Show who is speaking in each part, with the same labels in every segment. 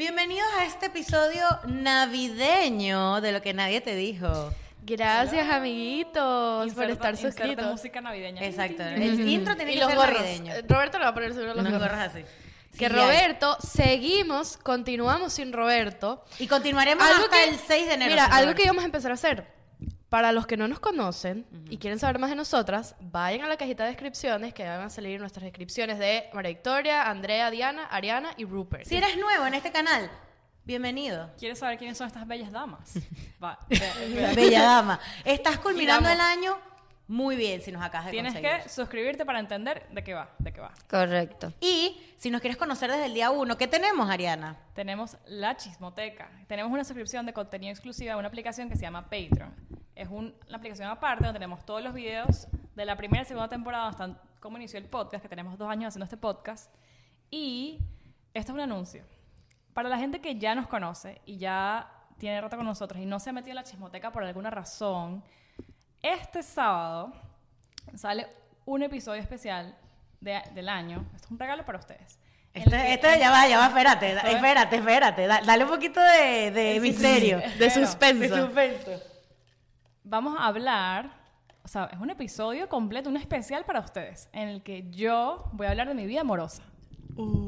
Speaker 1: Bienvenidos a este episodio navideño de lo que nadie te dijo.
Speaker 2: Gracias, amiguitos, por
Speaker 3: Inserta-
Speaker 2: estar
Speaker 3: inserta
Speaker 2: suscritos.
Speaker 3: música navideña.
Speaker 1: Exacto. El intro tiene
Speaker 2: Y
Speaker 1: que
Speaker 2: los
Speaker 1: ser
Speaker 2: gorros.
Speaker 1: navideño.
Speaker 2: Eh, Roberto lo va a poner seguro los
Speaker 1: Unos
Speaker 2: gorros.
Speaker 1: gorros así. Sí,
Speaker 2: Que Roberto, seguimos, continuamos sin Roberto.
Speaker 1: hay. Y continuaremos hasta el 6 de enero.
Speaker 2: Mira,
Speaker 1: sin
Speaker 2: algo
Speaker 1: Roberto.
Speaker 2: que íbamos a empezar a hacer. Para los que no nos conocen y quieren saber más de nosotras, vayan a la cajita de descripciones que van a salir nuestras descripciones de María Victoria, Andrea, Diana, Ariana y Rupert.
Speaker 1: Si eres nuevo en este canal, bienvenido.
Speaker 3: ¿Quieres saber quiénes son estas bellas damas? Va, ve- ve.
Speaker 1: Bella dama. Estás culminando
Speaker 2: Giramos.
Speaker 1: el año muy bien si nos acabas de
Speaker 3: Tienes
Speaker 1: conseguir.
Speaker 3: que suscribirte para entender de qué va, de qué va.
Speaker 4: Correcto.
Speaker 1: Y si nos quieres conocer desde el día uno, ¿qué tenemos, Ariana?
Speaker 3: Tenemos la chismoteca. Tenemos una suscripción de contenido exclusiva a una aplicación que se llama Patreon. Es un- una aplicación aparte donde tenemos todos los videos de la primera y segunda temporada hasta cómo inició el podcast, que tenemos dos años haciendo este podcast. Y esto es un anuncio. Para la gente que ya nos conoce y ya tiene rato con nosotros y no se ha metido en la chismoteca por alguna razón, este sábado sale un episodio especial de- del año. Esto es un regalo para ustedes. En el
Speaker 1: Este,
Speaker 3: que-
Speaker 1: este- ya va, ya va, espérate, da-
Speaker 3: Esto es-
Speaker 1: espérate, espérate. da- dale un poquito de, de
Speaker 3: Sí, sí, sí,
Speaker 1: misterio.
Speaker 3: sí.
Speaker 2: de
Speaker 3: Bueno,
Speaker 2: suspenso.
Speaker 3: vamos a hablar, o sea, es un episodio completo, un especial para ustedes, en el que yo voy a hablar de mi vida amorosa.
Speaker 1: Uh.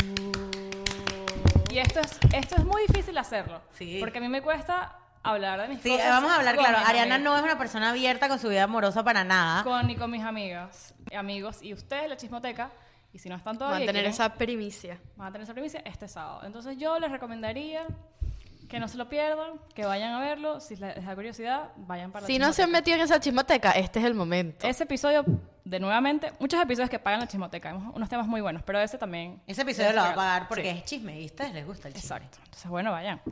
Speaker 3: Y esto es, esto es muy difícil hacerlo,
Speaker 1: Sí.
Speaker 3: porque a mí me cuesta hablar de mis
Speaker 1: Sí,
Speaker 3: cosas.
Speaker 1: eh, vamos a hablar
Speaker 3: con
Speaker 1: claro.
Speaker 3: mis
Speaker 1: Ariana
Speaker 3: amigas,
Speaker 1: no es una persona abierta con su vida amorosa para nada.
Speaker 3: Con, ni con mis amigas, amigos, y ustedes, la chismoteca, y si no están todavía...
Speaker 2: Mantener
Speaker 3: quieren-
Speaker 2: esa primicia.
Speaker 3: van a tener esa primicia este sábado. Entonces yo les recomendaría que no se lo pierdan, que vayan a verlo, si les da curiosidad, vayan para la
Speaker 2: Si no se han
Speaker 3: chismoteca.
Speaker 2: metido en esa chismoteca, este es el momento.
Speaker 3: Ese episodio, de nuevamente, muchos episodios que pagan la chismoteca, hemos- unos temas muy buenos, pero ese también.
Speaker 1: Ese episodio lo va a pagar porque
Speaker 3: Sí,
Speaker 1: es chisme y a ustedes les gusta el chisme.
Speaker 3: Exacto. Entonces, bueno, vayan.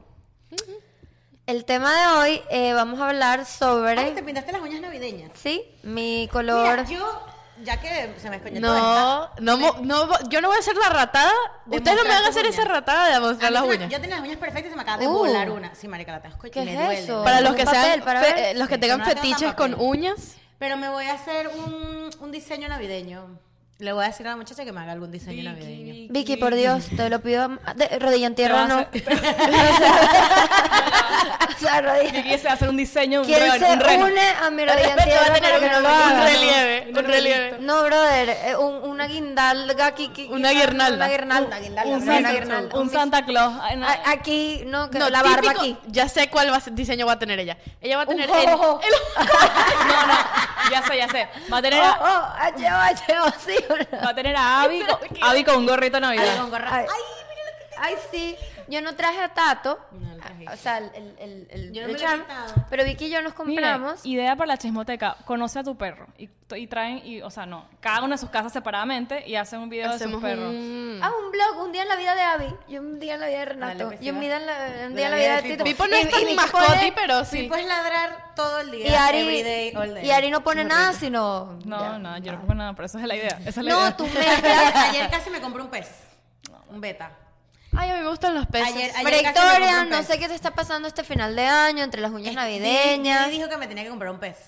Speaker 4: El tema de hoy eh, vamos a hablar sobre.
Speaker 1: Ay, te pintaste las uñas navideñas.
Speaker 4: Sí, mi
Speaker 1: Mira,
Speaker 4: color.
Speaker 1: yo, ya que se me escoñó toda
Speaker 2: No, no, mo- no, vo- yo no voy a hacer la ratada.
Speaker 1: De
Speaker 2: Ustedes no
Speaker 1: mostrar
Speaker 2: me van a
Speaker 1: tus
Speaker 2: hacer esa
Speaker 1: uñas.
Speaker 2: ratada de
Speaker 1: esta- A
Speaker 2: mostrar
Speaker 1: mí
Speaker 2: las
Speaker 1: se me-
Speaker 2: uñas.
Speaker 1: Yo tenía las uñas perfectas y se me acaba de
Speaker 4: Uh.
Speaker 1: volar una. Sí, marica, la tengo
Speaker 4: ¿Qué
Speaker 1: me
Speaker 4: es
Speaker 1: duele.
Speaker 4: eso?
Speaker 2: Para los que
Speaker 4: Un papel,
Speaker 2: sean,
Speaker 4: para
Speaker 2: fe-
Speaker 4: ver.
Speaker 2: eh, los que
Speaker 1: Sí,
Speaker 2: tengan
Speaker 1: no tengo
Speaker 2: fetiches con
Speaker 1: papel.
Speaker 2: uñas.
Speaker 1: Pero me voy a hacer un, un diseño navideño. Le voy a decir a la muchacha que me haga algún diseño navideño.
Speaker 4: Vicky, por Dios, te lo pido. a- de- rodilla en
Speaker 3: Te
Speaker 4: tierra, no.
Speaker 3: vas a-
Speaker 4: O sea, rodilla.
Speaker 3: Vicky se va a hacer un diseño, un,
Speaker 4: Quien
Speaker 3: reno,
Speaker 4: se
Speaker 3: un reno.
Speaker 4: une a mi rodilla en tierra para que no lo
Speaker 2: un
Speaker 4: haga, ¿no?
Speaker 2: relieve,
Speaker 3: Un
Speaker 2: un relieve.
Speaker 4: No, brother, eh, un- una guindalga aquí. aquí-
Speaker 2: Una
Speaker 4: aquí,
Speaker 2: guirnalda.
Speaker 4: Una guirnalda, guindalda,
Speaker 3: un,
Speaker 4: una
Speaker 3: Santa,
Speaker 4: guirnalda,
Speaker 3: un
Speaker 4: un
Speaker 3: Santa Claus. Ay, no,
Speaker 4: bis- a- Aquí, no, que-
Speaker 2: No,
Speaker 4: la barba
Speaker 2: típico-
Speaker 4: aquí.
Speaker 2: Ya sé cuál va a ser- diseño va a tener ella. Ella va a
Speaker 4: Un
Speaker 2: tener el-
Speaker 4: jojojo.
Speaker 3: no, no, ya sé, ya sé. Va a tener
Speaker 4: Oh,
Speaker 3: a,
Speaker 4: oh, H, O, H, O, sí, una-
Speaker 3: va a, tener a Abby,
Speaker 4: Pero,
Speaker 3: con-
Speaker 4: ¿qué?
Speaker 3: Abby con un gorrito
Speaker 1: Ay,
Speaker 3: navideño.
Speaker 1: con gorra-
Speaker 4: Ay,
Speaker 1: Ay,
Speaker 4: ay, sí, yo no traje a Tato.
Speaker 1: No lo trajiste.
Speaker 4: O sea, el, el, el, el-
Speaker 1: Yo no me
Speaker 4: el
Speaker 1: lo he
Speaker 4: charm.
Speaker 1: quitado.
Speaker 4: Pero Vicky y yo nos
Speaker 3: Mira,
Speaker 4: compramos.
Speaker 3: idea para la chismoteca, conoce a tu perro y, y traen, y, o sea, no, cada uno de sus casas separadamente y hacen un video
Speaker 2: Hacemos
Speaker 3: de sus perros.
Speaker 2: un...
Speaker 4: Ah, un blog, un día en la vida de Abby, y un día en la vida de Renato,
Speaker 1: Mm. Dale, pues,
Speaker 4: y un
Speaker 1: sí,
Speaker 4: día
Speaker 1: va.
Speaker 4: en la, un
Speaker 1: De
Speaker 4: día en la vida de Tito.
Speaker 2: Ah, Pipo no es
Speaker 4: Y-
Speaker 2: tan
Speaker 4: y Vicky
Speaker 2: mascoti,
Speaker 4: pone-
Speaker 2: pero
Speaker 1: sí,
Speaker 2: sí.
Speaker 1: puedes pues, ladrar todo el día.
Speaker 4: Y Ari,
Speaker 1: every day, all day.
Speaker 4: y Ari no pone nada, sino...
Speaker 3: No,
Speaker 4: ya.
Speaker 3: no, yo no pongo nada, pero esa es la idea. Esa es la
Speaker 4: No,
Speaker 3: idea.
Speaker 4: tú
Speaker 1: Ayer-
Speaker 4: mezclas.
Speaker 1: Ayer casi me compré un pez. Un beta.
Speaker 2: Ay, a mí me gustan los peces.
Speaker 1: Ayer- ayer-
Speaker 4: María
Speaker 1: casi me compré
Speaker 4: Victoria,
Speaker 1: un
Speaker 4: no
Speaker 1: pez.
Speaker 4: sé qué te está pasando este final de año, entre las uñas
Speaker 1: Didi
Speaker 4: navideñas.
Speaker 1: dijo que me tenía que comprar un pez.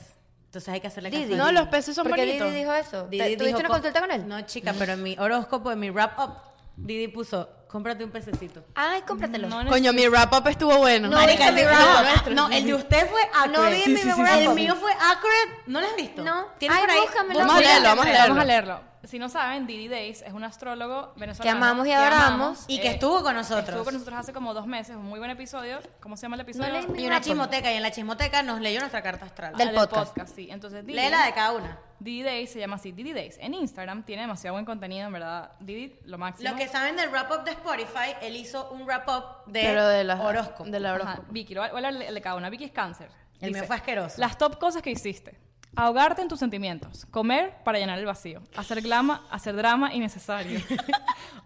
Speaker 1: Entonces hay que hacerle
Speaker 4: Didi.
Speaker 1: caso a
Speaker 2: No, los peces son
Speaker 4: ¿Por qué
Speaker 2: bonitos.
Speaker 4: Didi dijo eso?
Speaker 1: Didi
Speaker 4: ¿Te-
Speaker 1: dijo,
Speaker 4: ¿Tuviste una
Speaker 1: co-
Speaker 4: consulta con él?
Speaker 1: No, chica, pero en mi horóscopo, en mi wrap up, Didi puso, cómprate un pececito.
Speaker 4: Ay, cómpratelo.
Speaker 3: No,
Speaker 2: Coño, mi wrap up estuvo bueno.
Speaker 4: No, Marica,
Speaker 1: el de-
Speaker 4: mi wrap up.
Speaker 1: no, no, el de usted fue accurate.
Speaker 4: No vi mi wrap
Speaker 1: El
Speaker 4: up.
Speaker 1: mío fue accurate. ¿No lo has visto?
Speaker 4: No.
Speaker 1: ¿Tienes
Speaker 4: Ay,
Speaker 1: por ahí?
Speaker 4: búscamelo.
Speaker 2: Vamos a leerlo, vamos a leerlo.
Speaker 3: Vamos a leerlo. Si no saben, Didi Days es un astrólogo venezolano.
Speaker 4: Que amamos y
Speaker 3: que
Speaker 4: adoramos.
Speaker 1: Y que
Speaker 3: Eh,
Speaker 1: estuvo con nosotros.
Speaker 3: Estuvo con nosotros hace como dos meses, un muy buen episodio. ¿Cómo se llama el episodio?
Speaker 4: leí mi-
Speaker 1: Y una chismoteca, y en la chismoteca nos leyó nuestra carta astral.
Speaker 3: Ah,
Speaker 4: Del podcast.
Speaker 3: sí. Entonces, Didi,
Speaker 1: Léela de cada una.
Speaker 3: Didi Days se llama así, Didi Days. En Instagram tiene demasiado buen contenido, en verdad. Didi, lo máximo.
Speaker 1: Los que saben del wrap up de Spotify, él hizo un wrap up de,
Speaker 2: Pero de la
Speaker 1: horóscopo.
Speaker 2: De la
Speaker 3: Ajá,
Speaker 2: horóscopo.
Speaker 3: Vicky, lo voy a voy a leerle- le cada una. Vicky es cáncer.
Speaker 1: El mío fue asqueroso.
Speaker 3: Las top cosas que hiciste. Ahogarte en tus sentimientos. Comer para llenar el vacío. Hacer glama, hacer drama innecesario.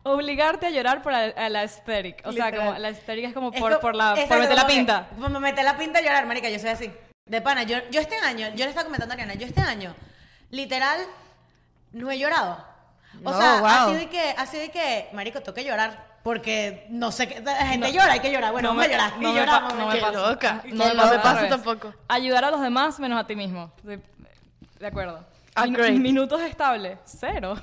Speaker 3: Obligarte a llorar por la, a la aesthetic. O sea,
Speaker 1: Literal.
Speaker 3: como la aesthetic es como
Speaker 1: Es
Speaker 3: por,
Speaker 1: como-
Speaker 3: por, la, por
Speaker 1: exacto,
Speaker 3: meter la
Speaker 1: como que-
Speaker 3: pinta.
Speaker 1: Como me meter la pinta a llorar, marica, yo soy así. De pana, yo, yo este año, yo le estaba comentando a Ariana, yo este año, literal, no he llorado. O
Speaker 4: No,
Speaker 1: sea,
Speaker 4: wow.
Speaker 1: así de que, así de que, marico, tengo que llorar. Porque no sé qué, la gente llora, hay que llorar. Bueno,
Speaker 3: No
Speaker 1: vamos
Speaker 3: me-
Speaker 1: a llorar.
Speaker 3: no
Speaker 1: y
Speaker 3: me pa-
Speaker 1: lloramos.
Speaker 3: no me
Speaker 1: marica.
Speaker 2: Qué
Speaker 3: pasa.
Speaker 2: loca.
Speaker 3: Qué
Speaker 2: No, no
Speaker 3: loca.
Speaker 2: me
Speaker 3: Al
Speaker 2: pasa
Speaker 3: revés.
Speaker 2: tampoco.
Speaker 3: Ayudar a los demás menos a ti mismo. De, de acuerdo.
Speaker 2: Ah,
Speaker 3: Min-
Speaker 2: great.
Speaker 3: Minutos estables. Cero.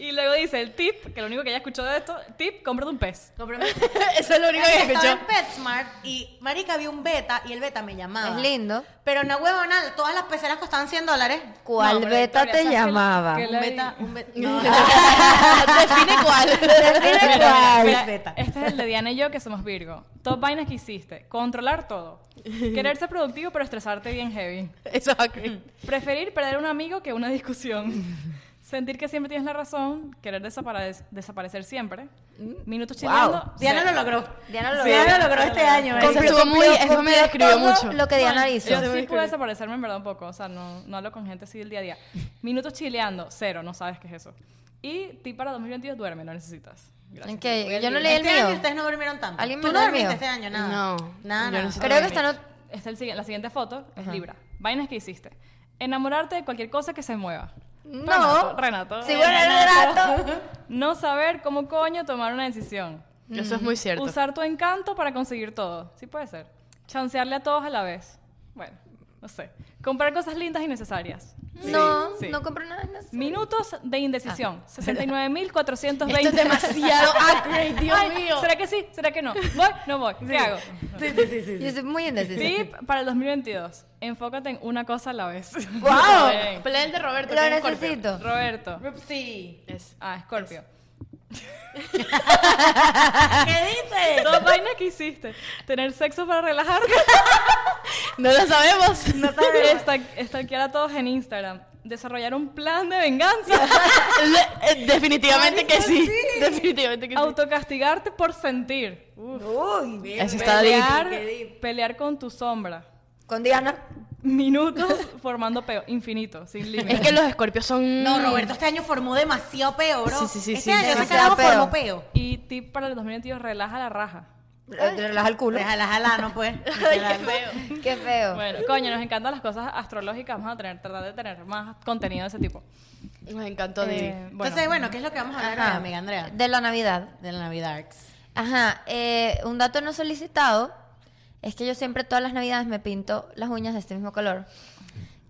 Speaker 3: Y luego dice el tip, que lo único que ella escuchó de esto, tip, cómprate un pez.
Speaker 2: Eso es lo único que
Speaker 1: Estaba
Speaker 2: escuchó.
Speaker 1: en PetSmart y marica vi un beta y el beta me llamaba.
Speaker 4: Es lindo.
Speaker 1: Pero no huevona, todas las peceras costaban 100 dólares.
Speaker 4: ¿Cuál
Speaker 3: No, pero
Speaker 4: beta
Speaker 3: Victoria,
Speaker 4: te
Speaker 3: ¿sabes qué-
Speaker 4: llamaba?
Speaker 3: qué-
Speaker 1: Un beta, un beta. No.
Speaker 2: Define cuál.
Speaker 4: Define
Speaker 3: Mira,
Speaker 4: cuál.
Speaker 3: mira,
Speaker 1: Beta.
Speaker 3: Este es el de Diana y yo, que somos Virgo. Top vainas que hiciste. Controlar todo. Querer ser productivo, pero estresarte bien heavy.
Speaker 2: Eso es Acre.
Speaker 3: Preferir perder un amigo que una discusión. Sentir que siempre tienes la razón. Querer desapare- desaparecer siempre. Minutos chillando.
Speaker 1: Diana
Speaker 3: cero.
Speaker 1: lo logró.
Speaker 4: Mm. Diana lo
Speaker 1: Sí,
Speaker 4: logró.
Speaker 1: Diana lo logró este año.
Speaker 2: Cosa
Speaker 1: marica.
Speaker 4: Cumplió-
Speaker 2: estuvo muy- eso me
Speaker 4: cumplió
Speaker 2: describió
Speaker 4: todo
Speaker 2: mucho.
Speaker 4: Lo que Diana hizo.
Speaker 3: Yo
Speaker 2: Eso
Speaker 3: sí
Speaker 2: me
Speaker 3: pude
Speaker 2: escribe.
Speaker 3: desaparecerme en verdad un poco, o sea, no, no hablo con gente así el día a día. Minutos chileando, cero, no sabes qué es eso. Y ti para 2022 duerme, no necesitas. Gracias.
Speaker 4: Ok, Yo no leí el
Speaker 1: Este año
Speaker 4: mío.
Speaker 1: ustedes no durmieron tanto.
Speaker 4: ¿Alguien
Speaker 1: ¿Tú
Speaker 4: me
Speaker 1: no
Speaker 4: lee el
Speaker 1: dormiste
Speaker 4: mío?
Speaker 1: este año? Nada.
Speaker 2: No,
Speaker 1: Nada,
Speaker 2: yo
Speaker 1: nada.
Speaker 2: necesito-
Speaker 4: Creo que está no.
Speaker 3: Esta es el sigui- la siguiente foto es Libra. Vainas que hiciste. Enamorarte de cualquier cosa que se mueva.
Speaker 4: No.
Speaker 3: Renato, Renato.
Speaker 4: Sí, bueno, el rato.
Speaker 3: No saber cómo coño tomar una decisión.
Speaker 2: Eso es muy cierto.
Speaker 3: Usar tu encanto para conseguir todo. Sí puede ser. Chancearle a todos a la vez. Bueno, no sé. Comprar cosas lindas y necesarias. Sí,
Speaker 4: No,
Speaker 3: sí.
Speaker 4: no compré nada. no sé.
Speaker 3: Minutos de indecisión.
Speaker 2: Ah.
Speaker 3: 69.420.
Speaker 2: Esto es demasiado Acre, Dios
Speaker 3: Ay,
Speaker 2: mío.
Speaker 3: ¿Será que sí? ¿Será que no? ¿Voy? No voy. ¿Qué hago?
Speaker 1: Sí, sí, sí, sí.
Speaker 4: Yo soy muy indecisa.
Speaker 3: Tip para el 2022. Enfócate en una cosa a la vez.
Speaker 4: ¡Guau!
Speaker 3: Bien.
Speaker 2: Pelea el de Roberto.
Speaker 4: Lo
Speaker 2: que es Scorpio.
Speaker 4: necesito.
Speaker 3: Roberto.
Speaker 1: Sí.
Speaker 2: Es.
Speaker 3: Ah, Scorpio.
Speaker 1: ¿Qué dices?
Speaker 3: Dos vainas que hiciste. Tener sexo para relajarte.
Speaker 2: No lo sabemos. No
Speaker 3: Esta- Stalkear a todos en Instagram. Desarrollar un plan de venganza.
Speaker 2: eh, Definitivamente que sí. Definitivamente que sí.
Speaker 3: Autocastigarte por sentir.
Speaker 1: Uy, bien.
Speaker 2: Eso está deep.
Speaker 3: pelear,
Speaker 1: Qué deep.
Speaker 3: pelear con tu sombra.
Speaker 4: Con Diana.
Speaker 3: Minutos formando peo. Infinito, sin límite.
Speaker 2: Es que los escorpios
Speaker 4: Mm.
Speaker 2: son.
Speaker 1: No, Roberto este año formó demasiado peo, bro.
Speaker 2: Sí, sí, sí,
Speaker 1: Este
Speaker 2: sí.
Speaker 1: año ese
Speaker 4: Demasiado
Speaker 1: carajo formó
Speaker 4: peo.
Speaker 1: peo.
Speaker 3: Y tip para el 2022, relaja la raja.
Speaker 4: Relaja eh, el culo.
Speaker 1: Déjala, jala, no pues.
Speaker 4: Qué
Speaker 2: Oh.
Speaker 4: feo.
Speaker 3: Bueno, coño, nos encantan las cosas astrológicas. Vamos a tener, tratar de tener más contenido de ese tipo.
Speaker 2: Nos encantó Divi.
Speaker 3: Eh, bueno.
Speaker 1: Entonces, bueno, ¿qué es lo que vamos a hablar
Speaker 4: Ajá.
Speaker 1: hoy, amiga Andrea?
Speaker 4: De la Navidad.
Speaker 1: De la Navidad.
Speaker 4: Ajá, eh, un dato no solicitado es que yo siempre todas las navidades me pinto las uñas de este mismo color.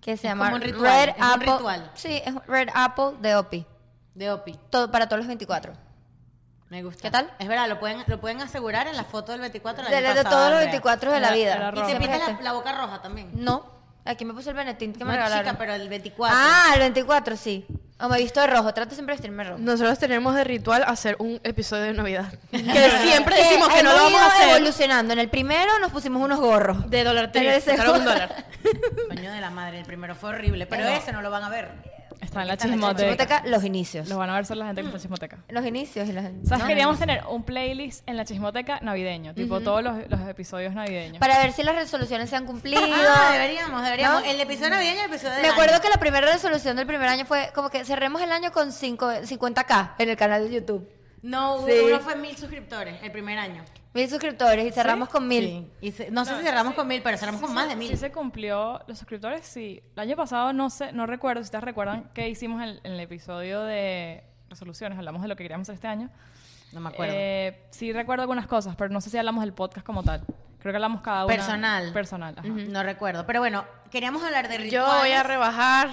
Speaker 4: Que se llama
Speaker 1: como un ritual,
Speaker 4: Red
Speaker 1: es un
Speaker 4: Apple.
Speaker 1: ritual.
Speaker 4: Sí, es Red Apple de Opi.
Speaker 1: De Opi.
Speaker 4: Todo, para todos los 24.
Speaker 1: Me gusta.
Speaker 4: ¿Qué tal?
Speaker 1: Es verdad, lo pueden, lo pueden asegurar en la foto del 24 del
Speaker 4: De,
Speaker 1: año
Speaker 4: de
Speaker 1: pasado,
Speaker 4: todos los
Speaker 1: Andrea.
Speaker 4: 24 de la
Speaker 3: Era-
Speaker 4: vida.
Speaker 3: era
Speaker 1: Y
Speaker 3: rojo.
Speaker 1: te
Speaker 4: Siempre
Speaker 1: pintas la,
Speaker 4: este.
Speaker 1: la boca roja también.
Speaker 4: No, aquí me puse el Benetín que me
Speaker 1: No,
Speaker 4: regalaron.
Speaker 1: chica, pero el 24.
Speaker 4: Ah, el 24, sí. O me he visto de rojo. Trato siempre de vestirme de rojo.
Speaker 2: Nosotros tenemos de ritual hacer un episodio de Navidad. Que siempre decimos que no
Speaker 4: Eh, hemos
Speaker 2: lo vamos a
Speaker 4: ido
Speaker 2: hacer.
Speaker 4: evolucionando. En el primero nos pusimos unos gorros.
Speaker 2: De dólar
Speaker 4: En el
Speaker 2: triste.
Speaker 4: segundo-
Speaker 2: un dólar.
Speaker 1: Coño de la madre, el primero fue horrible, pero
Speaker 4: Pero-
Speaker 1: ese no lo van a ver.
Speaker 3: Está en la
Speaker 1: Está en la
Speaker 3: chismoteca.
Speaker 4: Chismoteca, los inicios.
Speaker 3: Los van a ver solo la gente que fue chismoteca.
Speaker 4: Los inicios y los...
Speaker 3: ¿Sabes?
Speaker 4: ¿no?
Speaker 3: Queríamos tener un playlist en la chismoteca navideño, tipo todos los, los episodios navideños.
Speaker 4: Para ver si las resoluciones se han cumplido.
Speaker 1: Ah, deberíamos, deberíamos.
Speaker 4: ¿No?
Speaker 1: El episodio navideño y el episodio de
Speaker 4: Me acuerdo que la primera resolución del primer año fue como que cerremos el año con cinco- 50k en el canal de YouTube.
Speaker 1: No,
Speaker 4: Sí.
Speaker 1: uno fue mil suscriptores el primer año.
Speaker 4: Mil suscriptores y cerramos con mil.
Speaker 1: Sí. Y se- no sé si cerramos con mil, pero cerramos con más de mil.
Speaker 3: Sí se cumplió, los suscriptores sí. El año pasado no sé, no recuerdo si ustedes recuerdan que hicimos en, en el episodio de resoluciones, hablamos de lo que queríamos hacer este año.
Speaker 1: No me acuerdo.
Speaker 3: Eh, sí recuerdo algunas cosas, pero no sé si hablamos del podcast como tal. Creo que hablamos cada uno.
Speaker 1: Personal.
Speaker 3: Personal, ajá.
Speaker 1: Ujú. No recuerdo. Pero bueno, queríamos hablar de
Speaker 2: Yo
Speaker 1: rituales.
Speaker 2: voy a rebajar.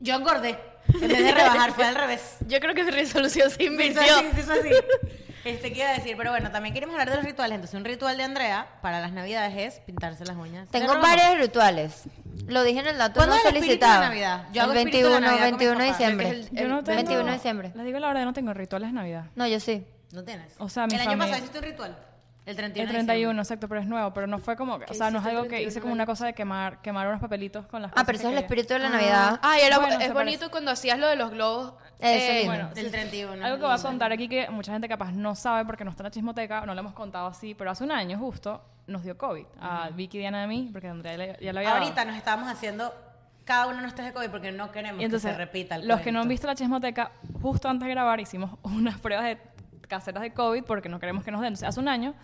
Speaker 1: Yo engordé. En vez de rebajar, fue al revés.
Speaker 2: Yo creo que mi resolución se
Speaker 1: Sí, Eso
Speaker 2: invirtió.
Speaker 1: así, sí, eso así. Este, ¿qué iba a decir? Pero bueno, también queremos hablar de los rituales. Entonces, un ritual de Andrea para las navidades es pintarse las uñas. de
Speaker 4: Tengo
Speaker 1: rojo.
Speaker 4: varios rituales. Lo dije en el dato
Speaker 1: ¿Cuándo
Speaker 4: no
Speaker 1: es el espíritu de
Speaker 4: solicitado.
Speaker 1: Navidad? Yo
Speaker 4: el
Speaker 1: hago espíritu de
Speaker 4: 21,
Speaker 1: Navidad con mis
Speaker 4: 21 de
Speaker 1: papás.
Speaker 4: diciembre.
Speaker 2: Creo que es el-
Speaker 3: Yo no tengo.
Speaker 4: 21 de diciembre.
Speaker 3: Les digo la verdad, yo no tengo rituales de Navidad.
Speaker 4: No, yo sí.
Speaker 1: No tienes.
Speaker 3: O sea, mi
Speaker 1: El año
Speaker 3: familia-
Speaker 1: pasado hiciste un ritual. El 31.
Speaker 3: El
Speaker 1: de diciembre.
Speaker 3: 31, exacto, pero es nuevo, pero no fue como, o sea, no es algo que hice como una cosa de quemar, quemar unos papelitos con las
Speaker 4: Ah,
Speaker 3: cosas
Speaker 4: pero eso
Speaker 3: que
Speaker 4: es el
Speaker 3: quería.
Speaker 4: espíritu de la Navidad.
Speaker 2: Ah, Ay, era,
Speaker 3: Bueno, se
Speaker 2: es bonito cuando hacías lo de los globos.
Speaker 4: Eso
Speaker 2: eh,
Speaker 4: mismo.
Speaker 3: Bueno,
Speaker 1: Del 31.
Speaker 3: Algo que voy a contar aquí que mucha gente capaz no sabe porque no está en la chismoteca, no lo hemos contado así, pero hace un año justo nos dio COVID a Vicky, Diana y a mí, porque Andrea le- ya lo había dado.
Speaker 1: Ahorita nos estábamos haciendo cada uno nuestros de COVID porque no queremos
Speaker 3: Y entonces,
Speaker 1: que se repita el
Speaker 3: los que no han
Speaker 1: cuento.
Speaker 3: visto la chismoteca, justo antes de grabar hicimos unas pruebas de caseras de COVID porque no queremos que nos den. Entonces, hace un año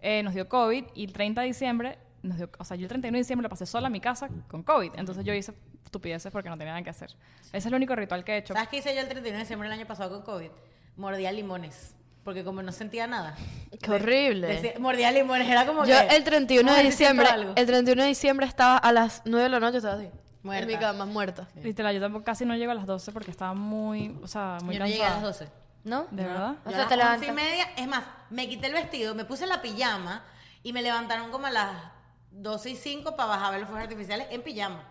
Speaker 3: eh, nos dio COVID y el 30 de diciembre, nos dio, o sea, yo el 31 de diciembre la pasé sola en mi casa con COVID. Entonces, yo hice estupideces porque no tenía nada que hacer. Ese es el único ritual que he hecho.
Speaker 1: ¿Sabes qué hice yo el 31 de diciembre del año pasado con COVID? Mordía limones. Porque como no sentía nada.
Speaker 2: Qué horrible.
Speaker 1: decía- mordía limones. Era como
Speaker 2: Yo
Speaker 1: que,
Speaker 2: el 31 de
Speaker 1: "Ay, siento
Speaker 2: diciembre,
Speaker 1: algo".
Speaker 2: el 31 de diciembre estaba a las 9 de la noche, estaba así.
Speaker 1: Muerta.
Speaker 2: En mi cama, muerta.
Speaker 3: Literal, yo tampoco casi no llego a las 12 porque estaba muy, o sea, muy
Speaker 1: Yo no llegué a
Speaker 3: cansada.
Speaker 1: las 12.
Speaker 4: ¿No?
Speaker 3: ¿De verdad?
Speaker 4: O
Speaker 1: Yo
Speaker 4: sea,
Speaker 1: a
Speaker 4: te
Speaker 1: las once y
Speaker 4: levantas.
Speaker 1: media, es más, me quité el vestido, me puse la pijama y me levantaron como a las 12 y 5 para bajar a ver los fuegos artificiales en pijama.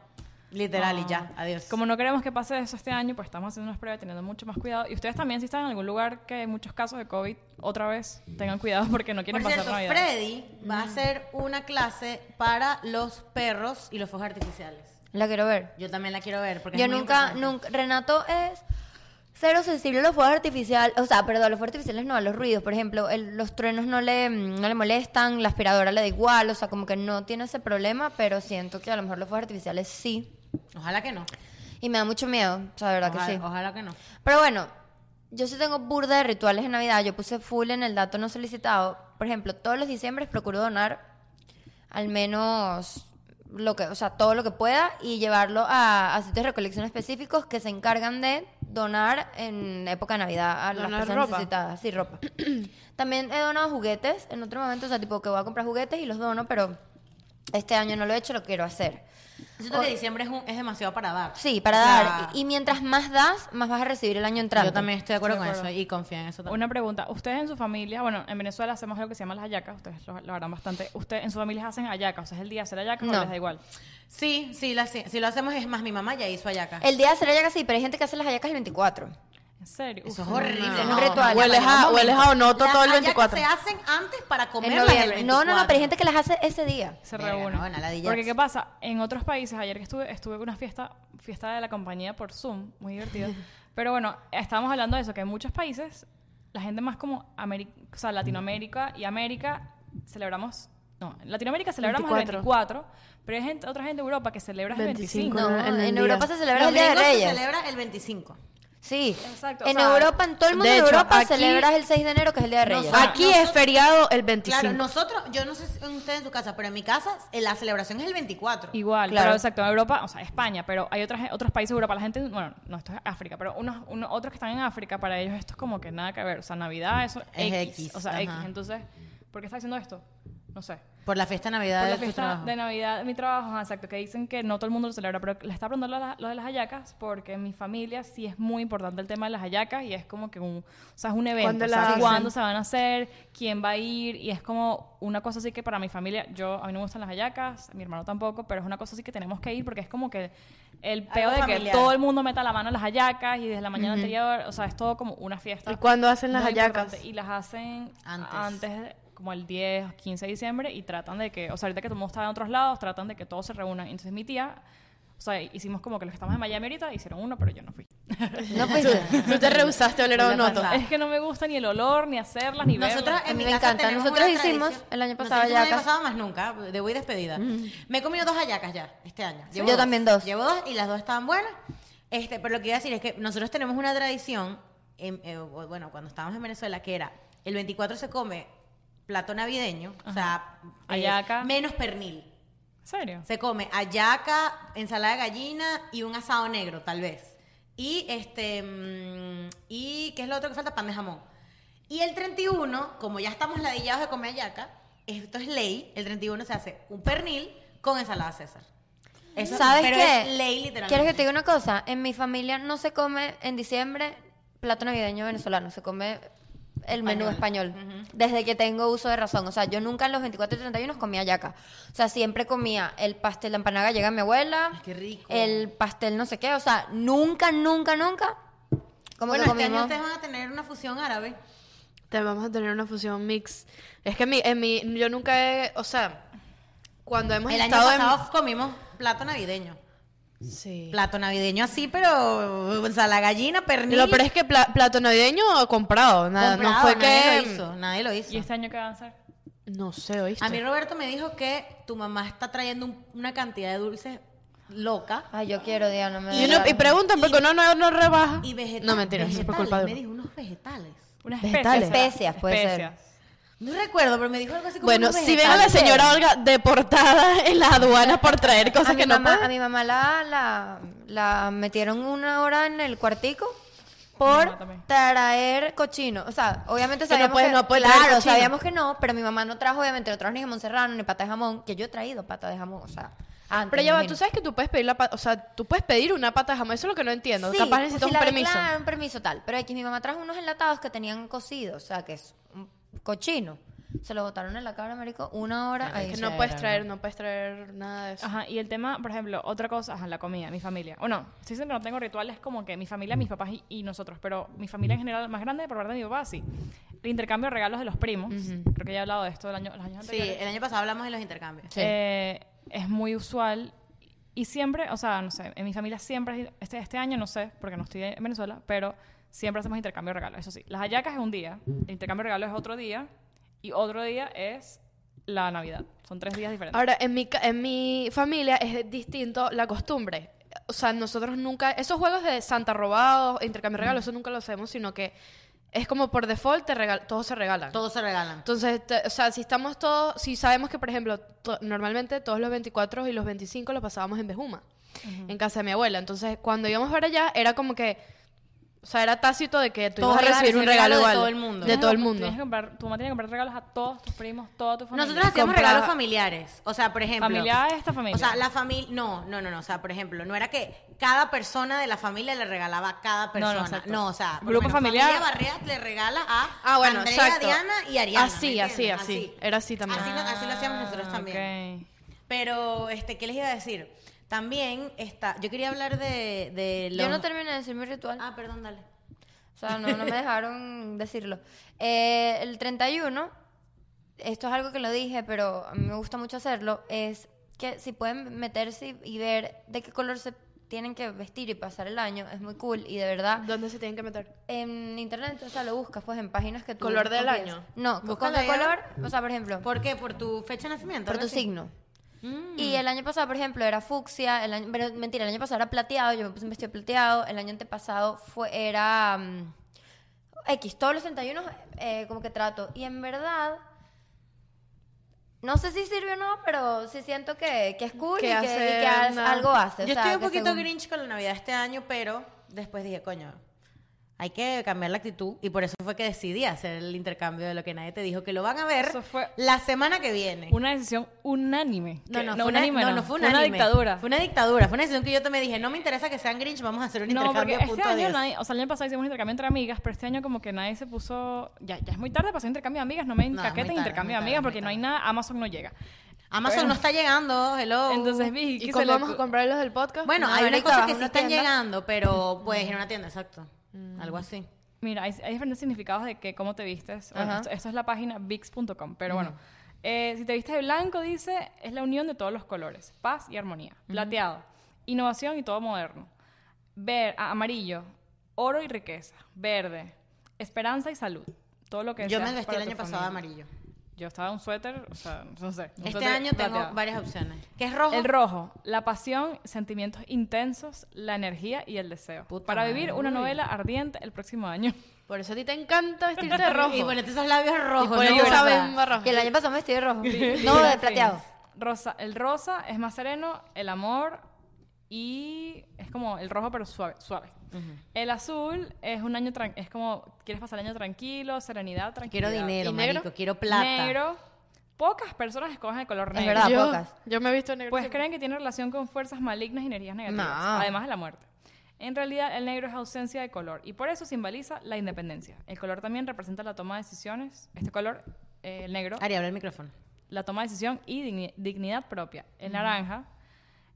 Speaker 1: Literal, y ya, adiós.
Speaker 3: Ah. Como no queremos que pase eso este año, pues estamos haciendo unas pruebas, teniendo mucho más cuidado. Y ustedes también, si están en algún lugar que hay muchos casos de COVID, otra vez, tengan cuidado porque no
Speaker 1: Por
Speaker 3: quieren pasar
Speaker 1: cierto,
Speaker 3: Navidad.
Speaker 1: Freddy va a hacer una clase para los perros y los fuegos artificiales.
Speaker 4: La quiero ver.
Speaker 1: Yo también la quiero ver. Porque
Speaker 4: Yo
Speaker 1: es muy
Speaker 4: nunca,
Speaker 1: importante.
Speaker 4: nunca, Renato es cero sensible a los fuegos artificiales, o sea, perdón, a los fuegos artificiales no, a los ruidos, por ejemplo, el- los truenos no le, mm, no le molestan, la aspiradora le da igual, o sea, como que no tiene ese problema, pero siento que a lo mejor los fuegos artificiales sí,
Speaker 1: Ojalá que no.
Speaker 4: y me da mucho miedo, o sea, de verdad
Speaker 1: ojalá,
Speaker 4: que sí.
Speaker 1: ojalá que no.
Speaker 4: Pero bueno, yo sí tengo burda de rituales en Navidad, yo puse full en el dato no solicitado, por ejemplo, todos los diciembres procuro donar al menos lo que, o sea, todo lo que pueda y llevarlo a, a sitios de recolección específicos que se encargan de donar en época de Navidad a las
Speaker 2: Donar
Speaker 4: personas
Speaker 2: ropa.
Speaker 4: necesitadas, sí, ropa. También he donado juguetes en otro momento, o sea, tipo que voy a comprar juguetes y los dono, pero este año no lo he hecho, lo quiero hacer.
Speaker 1: Yo Siento que diciembre es, un- es demasiado para dar.
Speaker 4: Sí, para
Speaker 1: O sea,
Speaker 4: dar. Y, y mientras más das, más vas a recibir el año entrante.
Speaker 1: yo también estoy de acuerdo con
Speaker 3: acuerdo.
Speaker 1: eso y confía en eso también.
Speaker 3: Una pregunta, ustedes en su familia, bueno, en Venezuela hacemos lo que se llama las hallacas, ustedes lo, lo harán bastante. ¿Ustedes en su familia hacen hallacas? O sea, es el día de hacer hallacas
Speaker 4: No.
Speaker 3: o les da igual.
Speaker 1: Sí, sí, la- sí, si lo hacemos es más, mi mamá ya hizo ayaca.
Speaker 4: El día de hacer hallacas sí, pero hay gente que hace las hallacas el 24.
Speaker 3: En serio.
Speaker 1: Eso es
Speaker 3: Uf,
Speaker 1: horrible.
Speaker 4: Es un
Speaker 1: no,
Speaker 4: ritual.
Speaker 1: no,
Speaker 2: Hueles a-
Speaker 1: un
Speaker 2: hueles a
Speaker 1: momento.
Speaker 2: onoto todo el
Speaker 1: Las hallacas
Speaker 2: 24.
Speaker 1: se hacen antes para
Speaker 4: En
Speaker 1: comerlas el
Speaker 4: noviembre. No, no, no, pero hay gente que las hace ese día.
Speaker 3: se
Speaker 1: Verga,
Speaker 3: reúnen.
Speaker 1: no, nada de
Speaker 3: Porque
Speaker 1: jazz.
Speaker 3: qué pasa, en otros países, ayer que estuve, estuve en una fiesta, fiesta de la compañía por Zoom, muy divertido. Pero bueno, estábamos hablando de eso, que en muchos países, la gente más como Ameri- o sea, Latinoamérica y América celebramos. No, en Latinoamérica celebramos
Speaker 2: 24.
Speaker 3: el 24, pero hay gente, otra gente de Europa que celebra el 25.
Speaker 2: 25.
Speaker 4: No,
Speaker 2: En el
Speaker 4: en
Speaker 2: día.
Speaker 4: Europa se celebra
Speaker 1: Los
Speaker 4: el Día de
Speaker 1: gringos se
Speaker 4: Reyes.
Speaker 1: celebra el 25.
Speaker 4: Sí.
Speaker 3: Exacto, o
Speaker 4: en
Speaker 3: sea,
Speaker 4: Europa, en todo el mundo
Speaker 2: de
Speaker 4: de,
Speaker 2: hecho,
Speaker 4: Europa,
Speaker 2: aquí-
Speaker 4: celebras el 6 de enero, que es el Día de Reyes.
Speaker 1: Nosotros-
Speaker 2: Aquí es feriado el 25.
Speaker 1: Claro, nosotros, yo no sé si ustedes en su casa, pero en mi casa eh, la celebración es el 24.
Speaker 3: Igual,
Speaker 4: Claro.
Speaker 3: pero exacto, en Europa, o sea, España, pero hay otras, otros países de Europa, la gente, bueno, no, esto es África, pero unos, uno- otros que están en África, para ellos esto es como que nada que ver, o sea, Navidad, eso
Speaker 1: Es
Speaker 3: es
Speaker 1: X,
Speaker 3: X, o sea, X,
Speaker 1: ajá.
Speaker 3: entonces, ¿por qué está haciendo esto? No sé.
Speaker 1: Por la fiesta de Navidad
Speaker 3: Por la
Speaker 1: de tu
Speaker 3: fiesta
Speaker 1: trabajo.
Speaker 3: de Navidad, de mi trabajo, ajá, exacto, que dicen que no todo el mundo lo celebra, pero le está preguntando lo, de la- lo de las hallacas porque en mi familia sí es muy importante el tema de las hallacas y es como que un, o sea, es un evento,
Speaker 2: ¿Cuándo
Speaker 3: o sea,
Speaker 2: las hacen?
Speaker 3: cuándo se van a hacer, quién va a ir y es como una cosa así que para mi familia, yo a mí no me gustan las hallacas, a mi hermano tampoco, pero es una cosa así que tenemos que ir porque es como que el peo de que
Speaker 1: familiar.
Speaker 3: todo el mundo meta la mano en las hallacas y desde la mañana anterior, o sea, es todo como una fiesta.
Speaker 2: ¿Y cuándo hacen las
Speaker 3: muy
Speaker 2: hallacas?
Speaker 3: importante y las hacen
Speaker 1: Antes.
Speaker 3: antes. de- como el 10, 15 de diciembre, y tratan de que, o sea, ahorita que todo el mundo está en otros lados, tratan de que todos se reúnan. Entonces mi tía, o sea, hicimos como que los que estamos en Miami ahorita hicieron uno, pero yo no fui.
Speaker 4: No, pues,
Speaker 2: Tú te rehusaste a oler a
Speaker 1: La
Speaker 2: onoto.
Speaker 1: pasada.
Speaker 3: Es que no me gusta ni el olor, ni hacerlas, ni
Speaker 1: Nosotros
Speaker 3: verlas.
Speaker 1: en
Speaker 4: mí
Speaker 1: mi
Speaker 4: me
Speaker 1: casa
Speaker 4: encanta.
Speaker 1: tenemos
Speaker 4: Nosotros
Speaker 1: una
Speaker 4: hicimos
Speaker 1: tradición-
Speaker 4: el año
Speaker 1: Nosotros
Speaker 4: pasado
Speaker 1: hicimos El año
Speaker 4: hallacas.
Speaker 1: pasado más nunca, de voy despedida. Me he comido dos hallacas ya este año.
Speaker 4: Sí, yo también dos.
Speaker 1: Llevo dos y las dos estaban buenas. Este, pero lo que iba a decir es que nosotros tenemos una tradición, en- eh, bueno, cuando estábamos en Venezuela, que era el 24 se come plato navideño, o sea, eh,
Speaker 3: Hallaca.
Speaker 1: menos pernil.
Speaker 3: ¿En serio?
Speaker 1: Se come ayaca, ensalada de gallina y un asado negro, tal vez. Y este mm, y qué es lo otro que falta, pan de jamón. Y el 31, como ya estamos ladillados de comer ayaca, esto es ley, el 31 se hace un pernil con ensalada César. Eso
Speaker 4: ¿Sabes
Speaker 1: pero
Speaker 4: qué?
Speaker 1: es ley literalmente.
Speaker 4: ¿Quieres que te diga una cosa? En mi familia no se come en diciembre plato navideño venezolano, se come el menú español. Desde que tengo uso de razón. O sea, yo nunca en los 24 y 31 comía yaca. O sea, siempre comía el pastel de empanada llega mi abuela.
Speaker 1: Ay, qué rico.
Speaker 4: El pastel no sé qué. O sea, nunca, nunca, nunca. Como
Speaker 1: Bueno,
Speaker 4: que
Speaker 1: este año
Speaker 4: comimos.
Speaker 1: ustedes van a tener una fusión árabe.
Speaker 2: Te vamos a tener una fusión mix. Es que en mi, en mi- yo nunca he, o sea, cuando hemos
Speaker 1: el año
Speaker 2: estado
Speaker 1: pasado comimos plato navideño.
Speaker 2: en sí.
Speaker 1: Plato navideño así, pero ensalada de gallina, pernil.
Speaker 2: Lo peor es que pla- plato navideño comprado, nada, no
Speaker 1: comprado,
Speaker 2: fue
Speaker 1: nadie
Speaker 2: que mm,
Speaker 1: lo hizo, nadie lo hizo.
Speaker 3: ¿Y este año qué van a hacer?
Speaker 2: no sé, ¿oíste?
Speaker 1: A mí Roberto me dijo que tu mamá está trayendo un- una cantidad de dulces loca
Speaker 4: Ay, yo quiero, Diana. Me
Speaker 2: y,
Speaker 4: da
Speaker 2: uno- y
Speaker 4: ganas.
Speaker 2: preguntan porque uno no, no rebaja.
Speaker 1: y vegeta-
Speaker 2: no, mentira, eso es por
Speaker 1: vegetales.
Speaker 2: culpa de
Speaker 1: me
Speaker 2: uno.
Speaker 1: dijo unos vegetales.
Speaker 3: Unas
Speaker 2: Vegetales.
Speaker 3: especias. ¿verdad?
Speaker 4: Especias, puede ser.
Speaker 1: No recuerdo, pero me dijo algo así como
Speaker 2: Bueno,
Speaker 1: unos
Speaker 2: si ven a la
Speaker 1: vegetales.
Speaker 2: señora Olga deportada en la aduana por traer
Speaker 4: a
Speaker 2: cosas
Speaker 4: mi
Speaker 2: que no
Speaker 4: mamá,
Speaker 2: puede.
Speaker 4: A mi mamá la, la, la metieron una hora en el cuartico por
Speaker 3: mamá también.
Speaker 4: traer cochino. O sea, obviamente
Speaker 2: Que no
Speaker 4: sabíamos
Speaker 2: puede-
Speaker 4: que...
Speaker 2: no puede traer
Speaker 4: claro,
Speaker 2: cochino.
Speaker 4: sabíamos que no, pero mi mamá no trajo, obviamente, no trajo ni jamón serrano, ni pata de jamón, que yo he traído pata de jamón, o sea... Antes,
Speaker 2: Pero ya va,
Speaker 4: imagino.
Speaker 2: tú sabes que tú puedes pedir la pata, o sea, tú puedes pedir una pata de jamón, eso es lo que no entiendo.
Speaker 4: Sí,
Speaker 2: Capaz
Speaker 4: pues
Speaker 2: necesitas
Speaker 4: si
Speaker 2: un
Speaker 4: la
Speaker 2: permiso.
Speaker 4: declaran, un permiso tal. Pero aquí mi mamá trajo unos enlatados que tenían cocidos, o sea, que es un cochino. Se lo botaron en la cara, marico, una hora. ahí.
Speaker 2: Es que no puedes traer, no puedes traer nada de eso.
Speaker 3: Ajá, y el tema, por ejemplo, otra cosa, ajá, la comida, mi familia. O no, si dicen que no tengo rituales como que mi familia, mis papás y, y nosotros, pero mi familia en general más grande, por parte de mi papá, sí. El intercambio de regalos de los primos, creo que ya he hablado de esto el año, los años
Speaker 1: Sí,
Speaker 3: anteriores.
Speaker 1: el año pasado hablamos de los intercambios.
Speaker 4: Sí.
Speaker 3: Eh, es muy usual y siempre, o sea, no sé, en mi familia siempre, este, este año no sé, porque no estoy en Venezuela, pero siempre hacemos intercambio de regalos, eso sí. Las hallacas es un día, el intercambio de regalos es otro día y otro día es la Navidad. Son tres días diferentes.
Speaker 2: Ahora, en mi, ca- en mi familia es distinto la costumbre. O sea, nosotros nunca, esos juegos de Santa robados, intercambio de regalos, eso nunca lo hacemos, sino que es como por default, te regal- todos se regalan.
Speaker 1: Todos se regalan.
Speaker 2: Entonces, te- o sea, si estamos todos, si sabemos que, por ejemplo, to- normalmente todos los 24 y los 25 los pasábamos en Bejuma, en casa de mi abuela. Entonces, cuando íbamos para allá, era como que, o sea, era tácito de que tú
Speaker 1: Todos
Speaker 2: ibas a
Speaker 1: iban a
Speaker 2: recibir un
Speaker 1: recibir regalo
Speaker 2: regalo,
Speaker 1: de
Speaker 2: igual.
Speaker 1: todo el mundo.
Speaker 2: De
Speaker 1: Tienes
Speaker 3: Tienes
Speaker 2: todo
Speaker 3: que
Speaker 2: el
Speaker 3: comp-
Speaker 2: mundo.
Speaker 3: tienes Ah, que comprar- tu mamá tiene que comprar regalos a todos tus primos, toda tu familia.
Speaker 1: Nosotros hacíamos
Speaker 2: Compraba-
Speaker 1: regalos familiares. O sea, por ejemplo.
Speaker 3: Familia a esta familia.
Speaker 1: O sea, la familia. No, no, no, no. O sea, por ejemplo, no era que cada persona de la familia le regalaba a cada
Speaker 3: No, no,
Speaker 1: persona. No,
Speaker 3: exacto.
Speaker 1: o sea, por
Speaker 3: Grupo
Speaker 1: lo menos
Speaker 3: familiar.
Speaker 1: Familia Barriat le regala a
Speaker 2: Ah, bueno,
Speaker 1: Andrea,
Speaker 2: exacto.
Speaker 1: Diana y Ariana. ¿me
Speaker 2: Así, así,
Speaker 1: entiendes?
Speaker 2: así. Era así también.
Speaker 1: Así, lo, así lo hacíamos nosotros
Speaker 3: Ah,
Speaker 1: también.
Speaker 3: ok.
Speaker 1: Pero, este, ¿qué les iba a decir? También está. Yo quería hablar de. de
Speaker 4: Yo
Speaker 1: los-
Speaker 4: no terminé de decir mi ritual.
Speaker 1: Ah, perdón, dale.
Speaker 4: O sea, no, no me dejaron decirlo. Eh, el 31, esto es algo que lo dije, pero a mí me gusta mucho hacerlo, es que si pueden meterse y- y ver de qué color se tienen que vestir y pasar el año, es muy cool y de verdad...
Speaker 2: ¿Dónde se tienen que meter?
Speaker 4: En internet, o sea, lo buscas, pues en páginas que tú.
Speaker 2: ¿Color del
Speaker 4: confías.
Speaker 2: año?
Speaker 4: No, con
Speaker 1: Búscalo
Speaker 4: qué
Speaker 1: ahí,
Speaker 4: color, o sea, por ejemplo, por,
Speaker 1: ¿Por qué? ¿Por tu fecha de nacimiento?
Speaker 4: tu
Speaker 1: algo así?
Speaker 4: signo. Y el año pasado, por ejemplo, era fucsia, el año, pero mentira, el año pasado era plateado, yo me puse un vestido plateado, el año antepasado fue, era mm, X, todos los 31 eh, como que trato. Y en verdad, no sé si sirve o no, pero sí siento que, que es cool
Speaker 2: Que
Speaker 4: y que, y
Speaker 2: hace
Speaker 4: que ha-
Speaker 2: una-
Speaker 4: algo hace. o
Speaker 1: Yo
Speaker 4: sea,
Speaker 1: estoy un
Speaker 4: que
Speaker 1: poquito
Speaker 4: según-
Speaker 1: grinch con la Navidad este año, pero después dije, coño, hay que cambiar la actitud. Y por eso fue que decidí hacer el intercambio de lo que nadie te dijo, que lo van a ver
Speaker 3: Eso fue-
Speaker 1: la semana que viene.
Speaker 3: Una decisión unánime.
Speaker 1: No,
Speaker 3: Que-
Speaker 1: no, fue una,
Speaker 3: unánime,
Speaker 1: no, no fue unánime.
Speaker 3: una dictadura.
Speaker 1: Fue una dictadura. Fue una decisión que yo me dije, no me interesa que sean grinch, vamos a hacer un
Speaker 3: No, porque
Speaker 1: intercambio a
Speaker 3: este
Speaker 1: punto
Speaker 3: año,
Speaker 1: de
Speaker 3: nadie- o sea, el año pasado hicimos un intercambio entre amigas, pero este año como que nadie se puso... Ya, ya es muy tarde para hacer intercambio de amigas, no me
Speaker 1: No,
Speaker 3: encaqueten
Speaker 1: muy tarde, muy
Speaker 3: intercambio de
Speaker 1: tarde,
Speaker 3: amigas
Speaker 1: muy
Speaker 3: porque no hay
Speaker 1: tarde.
Speaker 3: nada, Amazon no llega.
Speaker 1: Amazon
Speaker 3: Bueno.
Speaker 1: no está llegando, hello.
Speaker 3: Entonces, Vicky,
Speaker 2: ¿Y
Speaker 3: ¿qué
Speaker 2: cómo
Speaker 3: se le
Speaker 2: vamos a
Speaker 3: ocu-
Speaker 2: comprar los del podcast?
Speaker 1: bueno,
Speaker 4: No,
Speaker 1: hay unas
Speaker 4: marica,
Speaker 1: cosas
Speaker 4: vas
Speaker 1: que
Speaker 4: a
Speaker 1: sí
Speaker 4: una
Speaker 1: están
Speaker 4: tienda.
Speaker 1: llegando, pero pues en una tienda, exacto.
Speaker 3: Mm.
Speaker 1: Algo así.
Speaker 3: Mira, hay, hay diferentes significados de que cómo te vistes. Bueno,
Speaker 4: Ajá.
Speaker 3: esto, esto es la página vix.com, pero bueno. Eh, si te vistes de blanco, dice, es la unión de todos los colores, paz y armonía. Plateado, innovación y todo moderno. Ver, ah, amarillo, oro y riqueza. Verde, esperanza y salud. Todo lo que
Speaker 1: Yo
Speaker 3: deseas
Speaker 1: me vestí
Speaker 3: para
Speaker 1: el
Speaker 3: tu
Speaker 1: año pasado de
Speaker 3: familia.
Speaker 1: amarillo.
Speaker 3: Yo estaba en un suéter, o sea, no sé. un
Speaker 1: Este
Speaker 3: suéter
Speaker 1: año tengo
Speaker 3: plateado.
Speaker 1: varias opciones. ¿Qué es rojo?
Speaker 3: El rojo, la pasión, sentimientos intensos, la energía y el deseo.
Speaker 1: Puta
Speaker 3: para
Speaker 1: madre,
Speaker 3: vivir una novela ardiente el próximo año.
Speaker 2: Por eso a ti te encanta vestirte de rojo.
Speaker 1: Y ponerte esos labios rojos.
Speaker 2: Y por eso
Speaker 1: ¿no?
Speaker 2: saben
Speaker 1: O sea,
Speaker 2: más rojo.
Speaker 4: Y el año pasado me vestí de rojo. no, de plateado.
Speaker 3: eh, Rosa, el rosa es más sereno, el amor y es como el rojo pero suave, suave. El azul es un año tran- es como quieres pasar el año tranquilo, serenidad, tranquilidad.
Speaker 1: Quiero dinero,
Speaker 2: ¿Y negro?
Speaker 1: marico, quiero plata.
Speaker 3: Negro. Pocas personas escogen el color
Speaker 4: Es
Speaker 3: negro.
Speaker 4: verdad.
Speaker 2: yo,
Speaker 4: pocas.
Speaker 2: yo me he visto de negro.
Speaker 3: Pues
Speaker 2: siempre.
Speaker 3: creen que tiene relación con fuerzas malignas y energías negativas,
Speaker 4: No.
Speaker 3: además de la muerte. En realidad, el negro es ausencia de color y por eso simboliza la independencia. El color también representa la toma de decisiones. Este color, eh, el negro,
Speaker 1: Ari, abre el micrófono.
Speaker 3: la toma de decisión y digni- dignidad propia. El naranja,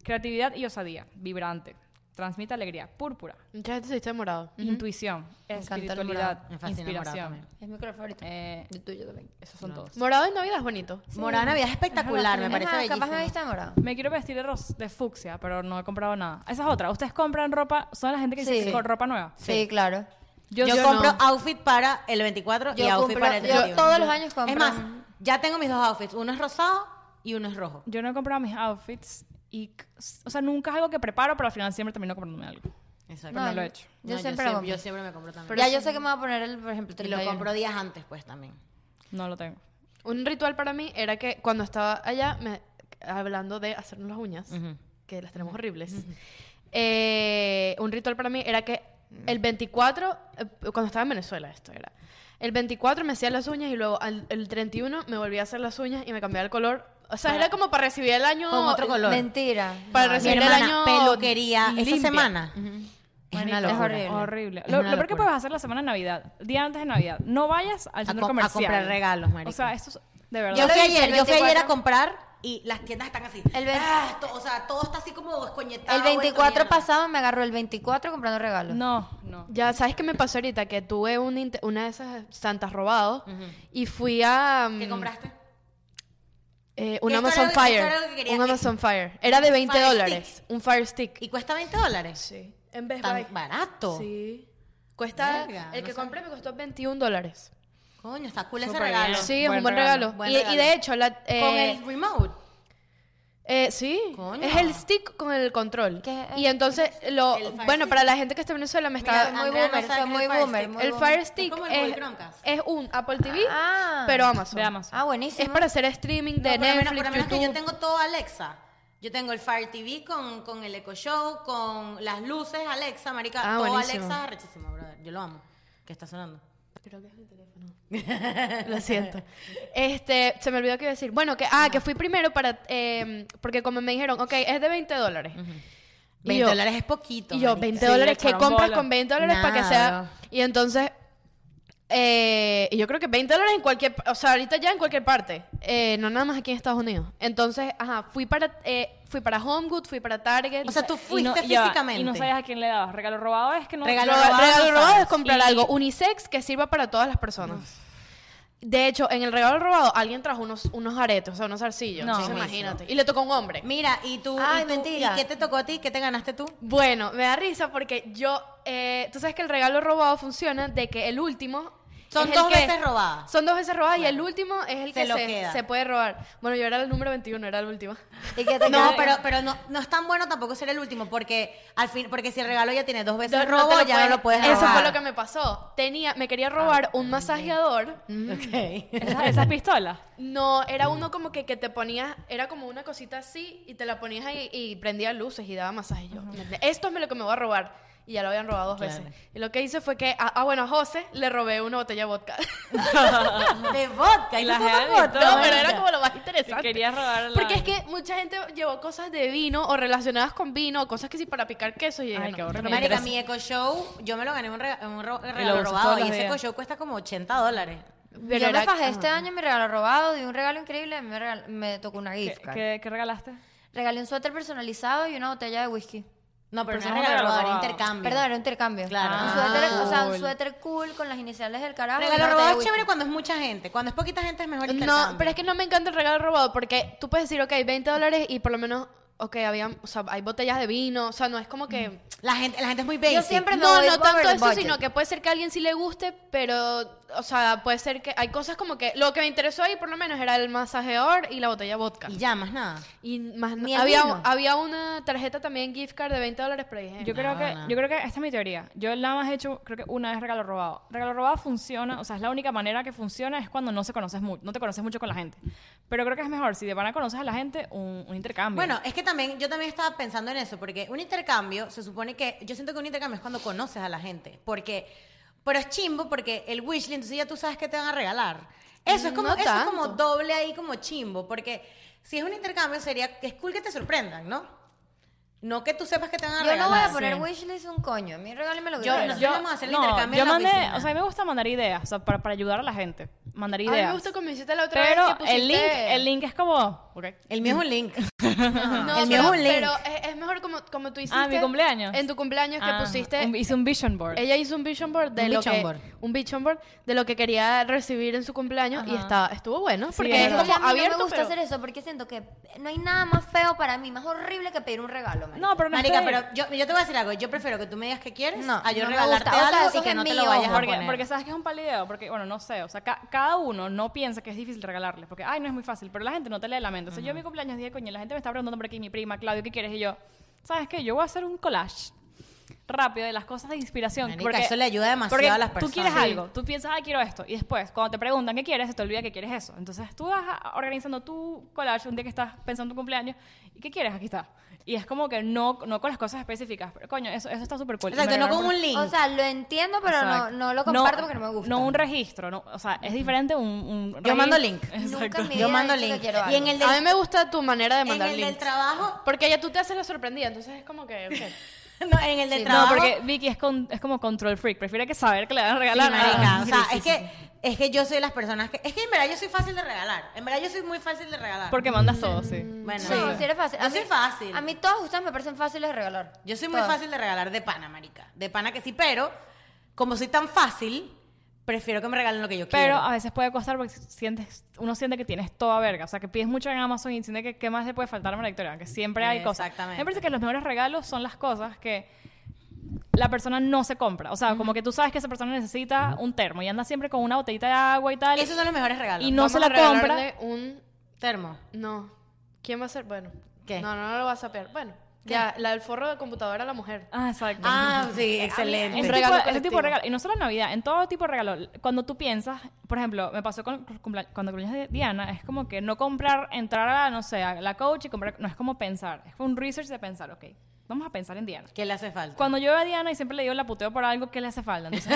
Speaker 3: creatividad y osadía, vibrante, transmite alegría. Púrpura,
Speaker 2: Mucha gente se viste de morado.
Speaker 3: intuición,
Speaker 4: encanta el
Speaker 3: espiritualidad,
Speaker 1: Me fascina el morado
Speaker 3: inspiración.
Speaker 1: también.
Speaker 4: Es mi color favorito.
Speaker 3: Eh,
Speaker 4: El tuyo también.
Speaker 3: esos son todos.
Speaker 2: Morado en Navidad es bonito.
Speaker 1: Morada Navidad es espectacular, me
Speaker 4: Es
Speaker 1: parece
Speaker 4: más, capaz
Speaker 1: bellísimo.
Speaker 4: me he visto de morado.
Speaker 3: Me quiero vestir de, ros- de fucsia, pero no he comprado nada. Esa es otra. Ustedes compran ropa, son la gente que
Speaker 4: Sí.
Speaker 3: dice "Co- ropa nueva.
Speaker 4: Sí, claro.
Speaker 1: Yo,
Speaker 2: Yo
Speaker 1: compro
Speaker 2: no.
Speaker 1: outfit para el 24 y
Speaker 4: Yo
Speaker 1: outfit
Speaker 4: compro-
Speaker 1: para el
Speaker 4: yo
Speaker 1: 31.
Speaker 4: todos los años compro
Speaker 1: Es más,
Speaker 4: un-
Speaker 1: ya tengo mis dos outfits. Uno es rosado y uno es rojo.
Speaker 3: Yo no he comprado mis outfits y, c- o sea, nunca es algo que preparo, pero al final siempre termino comprándome algo.
Speaker 1: Exacto.
Speaker 3: Pero no, lo he hecho.
Speaker 4: Yo
Speaker 1: No, yo, siempre,
Speaker 4: siempre lo
Speaker 1: yo
Speaker 4: compro.
Speaker 1: siempre me compro también.
Speaker 4: ya yo sé que me voy a poner el, por ejemplo,
Speaker 1: y lo
Speaker 4: 31.
Speaker 1: compro días antes, pues, también.
Speaker 3: No lo tengo.
Speaker 2: Un ritual para mí era que cuando estaba allá, me- hablando de hacernos las uñas, que las tenemos horribles, eh, un ritual para mí era que el 24, eh, cuando estaba en Venezuela esto era, el 24 me hacía las uñas y luego al- el 31 me volvía a hacer las uñas y me cambiaba el color O sea, era como para recibir el año.
Speaker 1: Con otro color.
Speaker 4: eh, Mentira.
Speaker 2: Para
Speaker 1: Mi
Speaker 2: recibir el
Speaker 1: hermana,
Speaker 2: año.
Speaker 1: peluquería esa
Speaker 2: limpia.
Speaker 1: semana. Es
Speaker 4: Marica,
Speaker 1: una
Speaker 4: es
Speaker 1: locura.
Speaker 4: horrible.
Speaker 3: Horrible.
Speaker 1: Es
Speaker 3: Lo,
Speaker 1: una
Speaker 3: lo peor que
Speaker 1: locura.
Speaker 3: puedes hacer la semana de Navidad, día antes de Navidad, no vayas al centro
Speaker 1: com- a
Speaker 3: comercial.
Speaker 1: comprar regalos, marica.
Speaker 3: O sea, esto es de verdad.
Speaker 1: Yo
Speaker 4: lo
Speaker 1: fui,
Speaker 4: hice el
Speaker 1: ayer, yo fui ayer a
Speaker 4: 24.
Speaker 1: comprar y las tiendas están así.
Speaker 4: El ve-
Speaker 1: Ah, to- o sea, todo está así como escoñetado.
Speaker 4: El 24
Speaker 1: esto,
Speaker 4: pasado me agarró el 24 comprando regalos.
Speaker 3: No, no.
Speaker 2: Ya sabes que me pasó ahorita que tuve un inte- una de esas santas robado y fui a
Speaker 1: mierda.
Speaker 2: mm,
Speaker 1: ¿Qué compraste?
Speaker 2: eh, un
Speaker 1: ¿Qué esto
Speaker 2: Amazon
Speaker 1: era lo que-
Speaker 2: Fire,
Speaker 1: esto era lo que quería?
Speaker 2: un Amazon Fire. Era de 20
Speaker 1: Fire
Speaker 2: dólares, un Fire Stick.
Speaker 1: Y cuesta 20 dólares.
Speaker 2: Sí, en Best
Speaker 1: Tan
Speaker 2: Buy.
Speaker 1: barato.
Speaker 2: Sí. Cuesta
Speaker 1: Verga,
Speaker 2: el
Speaker 1: no
Speaker 2: que
Speaker 1: sabía.
Speaker 2: compré me costó 21 dólares.
Speaker 1: Coño, está cool ese
Speaker 3: Súper
Speaker 1: regalo.
Speaker 3: bien.
Speaker 2: Sí, es
Speaker 3: Buen
Speaker 2: un buen
Speaker 3: regalo,
Speaker 2: regalo.
Speaker 1: buen
Speaker 2: y, y
Speaker 1: regalo.
Speaker 2: de hecho, la, eh,
Speaker 1: Con el remote.
Speaker 2: Eh, sí,
Speaker 1: Coño.
Speaker 2: es el stick con el control.
Speaker 4: ¿Qué es?
Speaker 2: Y entonces, lo,
Speaker 1: El Fire
Speaker 2: bueno,
Speaker 1: Stick.
Speaker 2: para la gente que está en Venezuela me
Speaker 1: Mira,
Speaker 2: está...
Speaker 1: soy muy
Speaker 4: Andrea no
Speaker 1: boomer,
Speaker 4: sabe
Speaker 1: soy
Speaker 4: qué
Speaker 1: muy
Speaker 4: es el Fire
Speaker 1: boomer,
Speaker 4: Stick.
Speaker 1: muy
Speaker 2: el
Speaker 1: boomer.
Speaker 2: Fire Stick
Speaker 1: Es como el Google
Speaker 2: es,
Speaker 1: Chromecast.
Speaker 2: es un Apple TV,
Speaker 4: Ah.
Speaker 2: pero Amazon.
Speaker 3: De Amazon.
Speaker 4: Ah, buenísimo.
Speaker 2: Es para hacer streaming
Speaker 1: No,
Speaker 2: de
Speaker 1: por lo menos,
Speaker 2: Netflix,
Speaker 1: por lo menos que yo
Speaker 2: YouTube.
Speaker 1: tengo todo Alexa. Yo tengo el Fire TV con, con el Echo Show, con las luces Alexa, marica.
Speaker 2: Ah,
Speaker 1: todo
Speaker 2: buenísimo.
Speaker 1: Alexa, rechísimo, brother. Yo lo amo. ¿Qué está sonando?
Speaker 2: Lo siento. Este, se me olvidó que iba a decir. Bueno, que, ah, que fui primero para, eh, porque como me dijeron, ok, es de 20 dólares. Y
Speaker 1: 20
Speaker 2: yo-
Speaker 1: dólares es poquito.
Speaker 2: Y yo,
Speaker 1: marica.
Speaker 2: 20
Speaker 3: Sí,
Speaker 2: dólares,
Speaker 3: le
Speaker 2: ¿qué
Speaker 3: echaron
Speaker 2: compras
Speaker 3: bola.
Speaker 2: con 20 dólares para que sea?
Speaker 1: Nada.
Speaker 2: Y entonces, eh, y yo creo que 20 dólares en cualquier, o sea, ahorita ya en cualquier parte, eh, no nada más aquí en Estados Unidos. Entonces, ajá, fui para, eh, fui para Home Goods, fui para Target.
Speaker 1: O sea, tú
Speaker 3: Y
Speaker 1: fuiste
Speaker 3: no- ya va,
Speaker 1: físicamente.
Speaker 3: Y no sabías a quién le dabas. Regalo robado es que no.
Speaker 1: Regalo
Speaker 2: Roba-
Speaker 1: robado,
Speaker 2: regalo
Speaker 1: no
Speaker 2: robado es
Speaker 1: sabes.
Speaker 2: comprar
Speaker 3: Y-
Speaker 2: algo unisex que sirva para todas las personas. De hecho, en el regalo robado alguien trajo unos, unos aretes, o sea, unos arcillos.
Speaker 3: No,
Speaker 2: Entonces,
Speaker 1: buenísimo.
Speaker 2: imagínate. Y le tocó a un hombre.
Speaker 1: Mira, y tú,
Speaker 4: Ay,
Speaker 1: y tú-
Speaker 4: mentira.
Speaker 1: ¿y qué te tocó a ti? ¿Qué te ganaste tú?
Speaker 2: Bueno, me da risa porque yo, eh, tú sabes que el regalo robado funciona de que el último...
Speaker 1: Son
Speaker 2: es el
Speaker 1: dos
Speaker 2: que-
Speaker 1: veces robadas.
Speaker 2: Son dos veces robadas y el último es el
Speaker 1: se
Speaker 2: que
Speaker 1: lo
Speaker 2: se,
Speaker 1: queda.
Speaker 2: se puede robar. Bueno, yo era el número 21, era el último.
Speaker 4: ¿Y qué te
Speaker 1: No,
Speaker 4: queda?
Speaker 1: pero, pero no, no es tan bueno tampoco ser el último, porque al fin, porque si el regalo ya tiene dos veces
Speaker 2: No- no
Speaker 1: robo,
Speaker 2: te lo
Speaker 1: ya no lo puedes
Speaker 2: Eso
Speaker 1: robar. Ah,
Speaker 2: fue lo que me pasó. Tenía, me quería robar un masajeador.
Speaker 1: Mm. Ok.
Speaker 3: Esas, esas pistolas.
Speaker 2: No, era uno como que, que te ponías, era como una cosita así y te la ponías ahí y prendía luces y daba masaje. Y Yo, "Mierda, esto es lo que me voy a robar. Y ya lo habían robado dos
Speaker 1: Claro.
Speaker 2: veces. Y lo que hice fue que, ah, ah, bueno, a José le robé una botella de vodka.
Speaker 1: De vodka.
Speaker 3: Y
Speaker 1: Y
Speaker 3: la
Speaker 1: la
Speaker 3: jeva y todo,
Speaker 2: no, pero
Speaker 3: marica.
Speaker 2: era como lo más
Speaker 3: Si
Speaker 2: interesante.
Speaker 3: querías robar la-
Speaker 2: Porque es que mucha gente llevó cosas de vino o relacionadas con vino o cosas que sí para picar queso. Y yo,
Speaker 3: Ay,
Speaker 2: no,
Speaker 3: qué aburrido.
Speaker 2: no me
Speaker 1: Marica,
Speaker 2: interesa.
Speaker 1: mi Eco Show, yo me lo gané un, rega- un ro-
Speaker 3: lo
Speaker 1: regalo
Speaker 3: usas todos
Speaker 1: robado y
Speaker 3: los
Speaker 1: ese
Speaker 3: días.
Speaker 1: Eco Show cuesta como 80 dólares.
Speaker 2: Pero
Speaker 4: yo
Speaker 2: era-
Speaker 4: me fajé
Speaker 2: ajá.
Speaker 4: este año mi regalo robado, di un regalo increíble, a mí me, regal- me tocó una
Speaker 3: ¿Qué,
Speaker 4: gift card.
Speaker 3: qué- qué regalaste?
Speaker 4: Regalé un suéter personalizado y una botella de whisky.
Speaker 1: No, pero no es
Speaker 3: Pero eso es un
Speaker 1: regalo
Speaker 3: regalo
Speaker 1: robado, era
Speaker 3: robado.
Speaker 1: intercambio.
Speaker 4: Perdón, era un intercambio.
Speaker 1: Claro.
Speaker 4: Un
Speaker 1: Ah,
Speaker 4: suéter, o sea,
Speaker 2: cool.
Speaker 4: un suéter cool con las iniciales del carajo. y
Speaker 1: Regalo
Speaker 4: una
Speaker 1: robado
Speaker 4: botella
Speaker 1: es
Speaker 4: de
Speaker 1: chévere
Speaker 4: whisky.
Speaker 1: cuando es mucha gente. Cuando es poquita gente es mejor intercambio.
Speaker 2: No, pero es que no me encanta el regalo robado porque tú puedes decir, ok, 20 dólares y por lo menos, ok, había, o sea, hay botellas de vino, o sea, no es como que...
Speaker 1: La gente, la gente es muy basic.
Speaker 4: Yo siempre- me
Speaker 2: no,
Speaker 4: voy
Speaker 2: no
Speaker 4: por
Speaker 2: tanto
Speaker 4: el
Speaker 2: eso,
Speaker 4: budget.
Speaker 2: sino que puede ser que a alguien sí le guste, pero, o sea, puede ser que hay cosas como que... Lo que me interesó ahí por lo menos era el masajeador y la botella de vodka.
Speaker 1: Y ya, más nada.
Speaker 2: Y más
Speaker 4: Ni el
Speaker 2: había,
Speaker 4: vino.
Speaker 2: había una tarjeta también gift card de 20 dólares, pero dije,
Speaker 3: Yo
Speaker 2: "No".
Speaker 3: creo, que,
Speaker 1: Eh, no.
Speaker 3: yo creo que esta es mi teoría. Yo nada más he hecho, creo que una vez regalo robado. Regalo robado funciona, o sea, es la única manera que funciona es cuando no, se conoces mu- no te conoces mucho con la gente. Pero creo que es mejor, si de van a conoces a la gente, un, un intercambio.
Speaker 1: Bueno, es que también, yo también estaba pensando en eso, porque un intercambio se supone que, yo siento que un intercambio es cuando conoces a la gente, porque, pero es chimbo porque el wishlist, entonces ya tú sabes qué te van a regalar. Eso es como,
Speaker 2: No
Speaker 1: eso es como
Speaker 2: tanto.
Speaker 1: doble ahí, como chimbo, porque si es un intercambio sería, que es cool que te sorprendan, ¿no? No que tú sepas que te van a
Speaker 4: Yo no
Speaker 1: regalar.
Speaker 4: voy a
Speaker 3: Sí.
Speaker 4: poner wishlist un coño. A mí regálame lo que
Speaker 1: Yo-
Speaker 4: quieras.
Speaker 1: yo- vamos a hacer el intercambio
Speaker 3: yo
Speaker 1: en la
Speaker 3: mandé,
Speaker 1: oficina.
Speaker 3: o sea, a mí me gusta mandar ideas, o sea, para, para ayudar a la gente. Mandar
Speaker 2: A mí
Speaker 3: ideas.
Speaker 2: me gustó como hiciste la otra
Speaker 3: pero
Speaker 2: vez que pusiste...
Speaker 3: el link, el link es como, ok.
Speaker 1: El mío es un link.
Speaker 2: No,
Speaker 1: el mío
Speaker 2: pero,
Speaker 1: es un link.
Speaker 2: pero es, es mejor como, como tú hiciste...
Speaker 3: mi cumpleaños.
Speaker 2: En tu cumpleaños
Speaker 3: Ah,
Speaker 2: que pusiste...
Speaker 3: un- hice un vision board.
Speaker 2: ella hizo un vision board de
Speaker 1: Un
Speaker 2: lo
Speaker 1: vision
Speaker 2: que
Speaker 1: board.
Speaker 2: un vision board de lo que quería recibir en su cumpleaños y
Speaker 3: Ajá.
Speaker 2: está estuvo bueno porque
Speaker 3: es
Speaker 2: es
Speaker 3: verdad.
Speaker 2: como
Speaker 4: a mí
Speaker 2: abierto
Speaker 4: este no me gusta
Speaker 2: pero-
Speaker 4: hacer eso porque siento que no hay nada más feo para mí, más horrible que pedir un regalo. marica.
Speaker 3: no, pero no
Speaker 1: Marica,
Speaker 3: estoy-
Speaker 1: pero yo, yo te voy a decir algo, yo prefiero que tú me digas qué quieres
Speaker 4: No,
Speaker 1: a yo
Speaker 4: no me
Speaker 1: regalarte
Speaker 4: gusta. O sea,
Speaker 1: algo
Speaker 4: eso
Speaker 1: y que
Speaker 4: es
Speaker 1: no te
Speaker 4: mi
Speaker 1: lo vayas
Speaker 4: ojo.
Speaker 1: a
Speaker 3: Porque,
Speaker 1: poner.
Speaker 3: porque sabes que es un palideo, porque bueno, no sé, o sea, ca- cada uno no piensa que es difícil regalarle, porque ay, no es muy fácil, pero la gente no te lee la mente. O sea, yo en mi cumpleaños dije, coño, la gente me está preguntando por aquí, mi prima, Claudio, ¿qué quieres? Y yo, ¿sabes qué? Yo voy a hacer un collage rápido de las cosas de inspiración.
Speaker 1: Marica,
Speaker 3: porque,
Speaker 1: eso le ayuda demasiado
Speaker 3: porque
Speaker 1: a las
Speaker 3: Tú quieres
Speaker 1: personas.
Speaker 3: algo, tú piensas, ah, quiero esto. Y después, cuando te preguntan qué quieres, se te olvida que quieres eso. Entonces tú vas a- organizando tu collage un día que estás pensando en tu cumpleaños. ¿Y qué quieres? Aquí está. Y es como que no, no con las cosas específicas. Pero coño, eso, eso está súper cool.
Speaker 1: Exacto,
Speaker 3: Me
Speaker 1: no
Speaker 3: regalaron
Speaker 1: con un
Speaker 3: por-
Speaker 1: link.
Speaker 4: O sea, lo entiendo, pero no,
Speaker 3: Exacto.
Speaker 4: no lo comparto porque no me gusta.
Speaker 3: No un registro, no, o sea, es diferente un, un
Speaker 1: Yo mando
Speaker 3: registro.
Speaker 1: link.
Speaker 4: Nunca en mi vida
Speaker 1: yo mando
Speaker 4: he dicho que
Speaker 1: link.
Speaker 4: quiero
Speaker 1: Y
Speaker 4: algo.
Speaker 1: en el del,
Speaker 2: A mí me gusta tu manera de
Speaker 1: en
Speaker 2: mandar
Speaker 1: el del
Speaker 2: links.
Speaker 1: trabajo,
Speaker 2: Porque ya tú te haces la sorprendida, entonces es como que... ok.
Speaker 1: no, en el del
Speaker 3: No,
Speaker 1: trabajo.
Speaker 3: porque Vicky es, con- es como control freak, prefiere que saber que le van a
Speaker 1: Sí,
Speaker 3: regalar.
Speaker 1: marica,
Speaker 3: Ah,
Speaker 1: o
Speaker 3: sí,
Speaker 1: sea,
Speaker 3: sí,
Speaker 1: es
Speaker 3: sí,
Speaker 1: que
Speaker 3: sí.
Speaker 1: es que yo soy las personas que es que en verdad yo soy fácil de regalar. En verdad yo soy muy fácil de regalar.
Speaker 3: Porque mandas todo, sí.
Speaker 1: bueno,
Speaker 4: Sí, sí eres fácil.
Speaker 1: Yo soy fácil.
Speaker 4: A mí todas ustedes me parecen fáciles de regalar.
Speaker 1: Yo soy muy
Speaker 4: Todas.
Speaker 1: fácil de regalar de pana, marica. De pana que sí, pero como soy tan fácil, prefiero que me regalen lo que yo
Speaker 3: Pero
Speaker 1: quiero.
Speaker 3: a veces puede costar porque sientes, uno siente que tienes toda verga. O sea, que pides mucho en Amazon y siente que qué más le puede faltar a una lectora, que siempre hay cosas.
Speaker 1: Exactamente.
Speaker 3: Me parece que los mejores regalos son las cosas que la persona no se compra. O sea, como que tú sabes que esa persona necesita un termo y anda siempre con una botellita de agua y tal.
Speaker 1: Esos son los mejores regalos.
Speaker 3: Y no se
Speaker 2: Vamos a
Speaker 3: la compra.
Speaker 2: regalarle un...
Speaker 1: termo.
Speaker 2: No. ¿Quién va a ser? Bueno.
Speaker 1: ¿Qué?
Speaker 2: No, no, no lo vas a peor. Bueno. Ya, la del forro de computadora a la mujer.
Speaker 3: Ah, exacto.
Speaker 1: Ah, sí, excelente.
Speaker 2: Un
Speaker 3: Ese
Speaker 2: Este regalo
Speaker 3: Este tipo, ese
Speaker 2: colectivo.
Speaker 3: tipo de regalo. Y no solo en Navidad, en todo tipo de regalo. Cuando tú piensas, por ejemplo, me pasó con los cumplea- cuando cumpleaños de Diana, es como que no comprar, entrar a, no sé, a la coach y comprar, no es como pensar, es un research de pensar, ok, vamos a pensar en Diana.
Speaker 1: ¿Qué le hace falta?
Speaker 3: Cuando yo veo a Diana y siempre le digo la puteo por algo, ¿qué le hace falta? Entonces,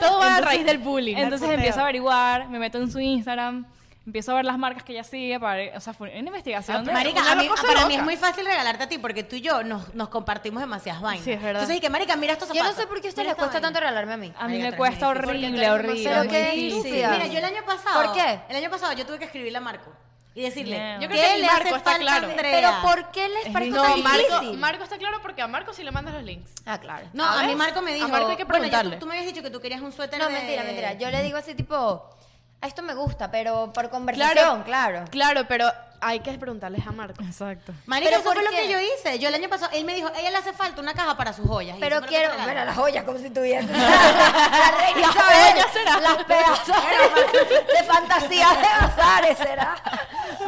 Speaker 2: Todo va a
Speaker 3: Entonces-
Speaker 2: raíz del bullying. del
Speaker 3: Entonces
Speaker 2: puteo.
Speaker 3: empiezo a averiguar, me meto en su Instagram, empiezo a ver las marcas que ella sigue, para ver- o sea, fue una investigación. de-
Speaker 1: Marica,
Speaker 2: una
Speaker 1: a mí-
Speaker 2: cosa
Speaker 1: para
Speaker 2: loca.
Speaker 1: mí es muy fácil regalarte a ti porque tú y yo nos, nos compartimos demasiadas vainas.
Speaker 2: Sí, es verdad.
Speaker 1: Entonces, y que Marica, mira estos
Speaker 4: Yo
Speaker 1: zapatos.
Speaker 4: no sé por qué a ustedes
Speaker 1: Mira
Speaker 4: les
Speaker 1: esta
Speaker 4: cuesta
Speaker 1: vaina.
Speaker 4: tanto regalarme a mí.
Speaker 3: a mí
Speaker 1: Marica,
Speaker 3: me
Speaker 1: tú
Speaker 3: cuesta
Speaker 1: eres muy
Speaker 3: horrible,
Speaker 2: difícil.
Speaker 3: horrible.
Speaker 4: Pero
Speaker 3: muy
Speaker 4: qué
Speaker 3: difícil.
Speaker 4: estúpida.
Speaker 1: Mira, yo el año pasado.
Speaker 4: ¿Por qué?
Speaker 1: El año pasado yo tuve que escribirle a Marco y decirle,
Speaker 3: Damn.
Speaker 2: Yo
Speaker 1: ¿qué
Speaker 2: creo que ni
Speaker 1: le
Speaker 2: Marco
Speaker 1: hace
Speaker 2: está
Speaker 1: falta
Speaker 2: claro.
Speaker 1: a
Speaker 4: Pero
Speaker 1: Andrea?
Speaker 4: ¿por qué les
Speaker 3: Es
Speaker 4: parece
Speaker 2: No,
Speaker 4: tan
Speaker 2: Marco,
Speaker 4: difícil?
Speaker 2: Marco está claro porque a Marco sí le mandas los links.
Speaker 4: Ah, claro.
Speaker 1: No,
Speaker 2: A
Speaker 1: a, mí
Speaker 2: ver,
Speaker 1: Marco me
Speaker 2: a
Speaker 1: dijo.
Speaker 2: Marco hay que
Speaker 1: bueno, yo-
Speaker 2: preguntarle.
Speaker 1: tú me habías dicho que tú querías un suéter
Speaker 4: No,
Speaker 1: de-
Speaker 4: mentira, mentira. Yo le digo así tipo, a esto me gusta, pero por conversación, claro.
Speaker 2: Claro, pero hay que preguntarles a Marco.
Speaker 3: Exacto.
Speaker 1: Marica,
Speaker 4: ¿Pero
Speaker 1: eso
Speaker 4: por
Speaker 1: fue lo
Speaker 4: qué?
Speaker 1: que yo hice. Yo el año pasado, él me dijo, ella le hace falta una caja para sus joyas. Y
Speaker 4: Pero
Speaker 1: eso fue lo que
Speaker 4: quiero,
Speaker 1: te regalé.
Speaker 4: bueno, las joyas como si tuviese la reina Isabel, las pedaceras de fantasías de bazares, será.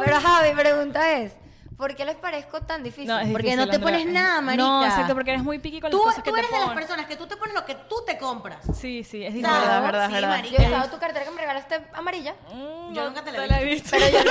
Speaker 4: Pero Javi, mi pregunta es, ¿por qué les parezco tan difícil?
Speaker 3: No, es
Speaker 1: Porque
Speaker 3: difícil,
Speaker 1: no te
Speaker 3: Andrea.
Speaker 1: pones nada,
Speaker 3: No,
Speaker 1: marica.
Speaker 3: exacto, porque eres muy piqui con las
Speaker 1: Tú,
Speaker 3: cosas que
Speaker 1: tú
Speaker 3: te
Speaker 1: eres de las
Speaker 3: ponen.
Speaker 1: personas que tú te pones lo que tú te compras.
Speaker 3: Sí, sí, es
Speaker 1: ¿Sabes?
Speaker 3: diferente.
Speaker 2: Verdad, verdad,
Speaker 1: sí,
Speaker 2: verdad.
Speaker 4: Yo he
Speaker 1: marica.
Speaker 4: usado tu cartera que me regalaste amarilla,
Speaker 1: Mm, Yo nunca te la he
Speaker 3: visto.
Speaker 4: pero yo,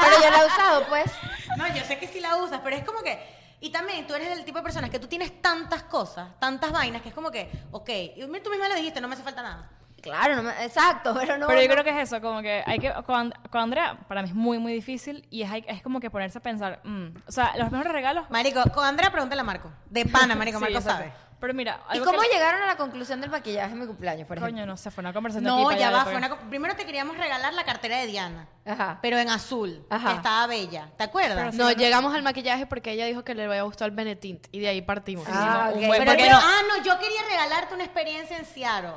Speaker 4: pero yo la he usado, pues.
Speaker 1: No, yo sé que sí la usas, pero es como que. Y también tú eres del tipo de personas que tú tienes tantas cosas, tantas vainas, que es como que, ok, y mira, tú misma lo dijiste, no me hace falta nada.
Speaker 4: Claro, no me- exacto, pero no.
Speaker 3: Pero yo
Speaker 4: no-
Speaker 3: creo que es eso, como que hay que. Con, con Andrea, para mí es muy, muy difícil y es, hay- es como que ponerse a pensar. mm, o sea, los mejores regalos.
Speaker 1: Marico, con Andrea pregúntale a Marco. De pana, Marico,
Speaker 3: Sí,
Speaker 1: Marco
Speaker 3: exacto.
Speaker 1: sabe.
Speaker 3: Pero mira,
Speaker 4: ¿Y
Speaker 3: algo
Speaker 4: cómo
Speaker 3: que-
Speaker 4: llegaron a la conclusión del maquillaje en mi cumpleaños, por ejemplo?
Speaker 3: Coño, no sé, fue una conversación. de
Speaker 1: No,
Speaker 3: aquí para
Speaker 1: ya
Speaker 3: allá,
Speaker 1: va,
Speaker 3: de
Speaker 1: fue
Speaker 3: todo.
Speaker 1: una co- Primero te queríamos regalar la cartera de Diana,
Speaker 4: Ajá.
Speaker 1: pero en azul,
Speaker 4: Ajá.
Speaker 1: que estaba bella. ¿Te acuerdas?
Speaker 2: No, llegamos al maquillaje porque ella dijo que le había gustado el Benetint y de ahí partimos.
Speaker 4: Ah,
Speaker 3: Un
Speaker 4: ok,
Speaker 3: buen-
Speaker 1: Pero
Speaker 3: porque
Speaker 1: yo-
Speaker 3: no-
Speaker 1: ah, no, yo quería regalarte una experiencia en Seattle.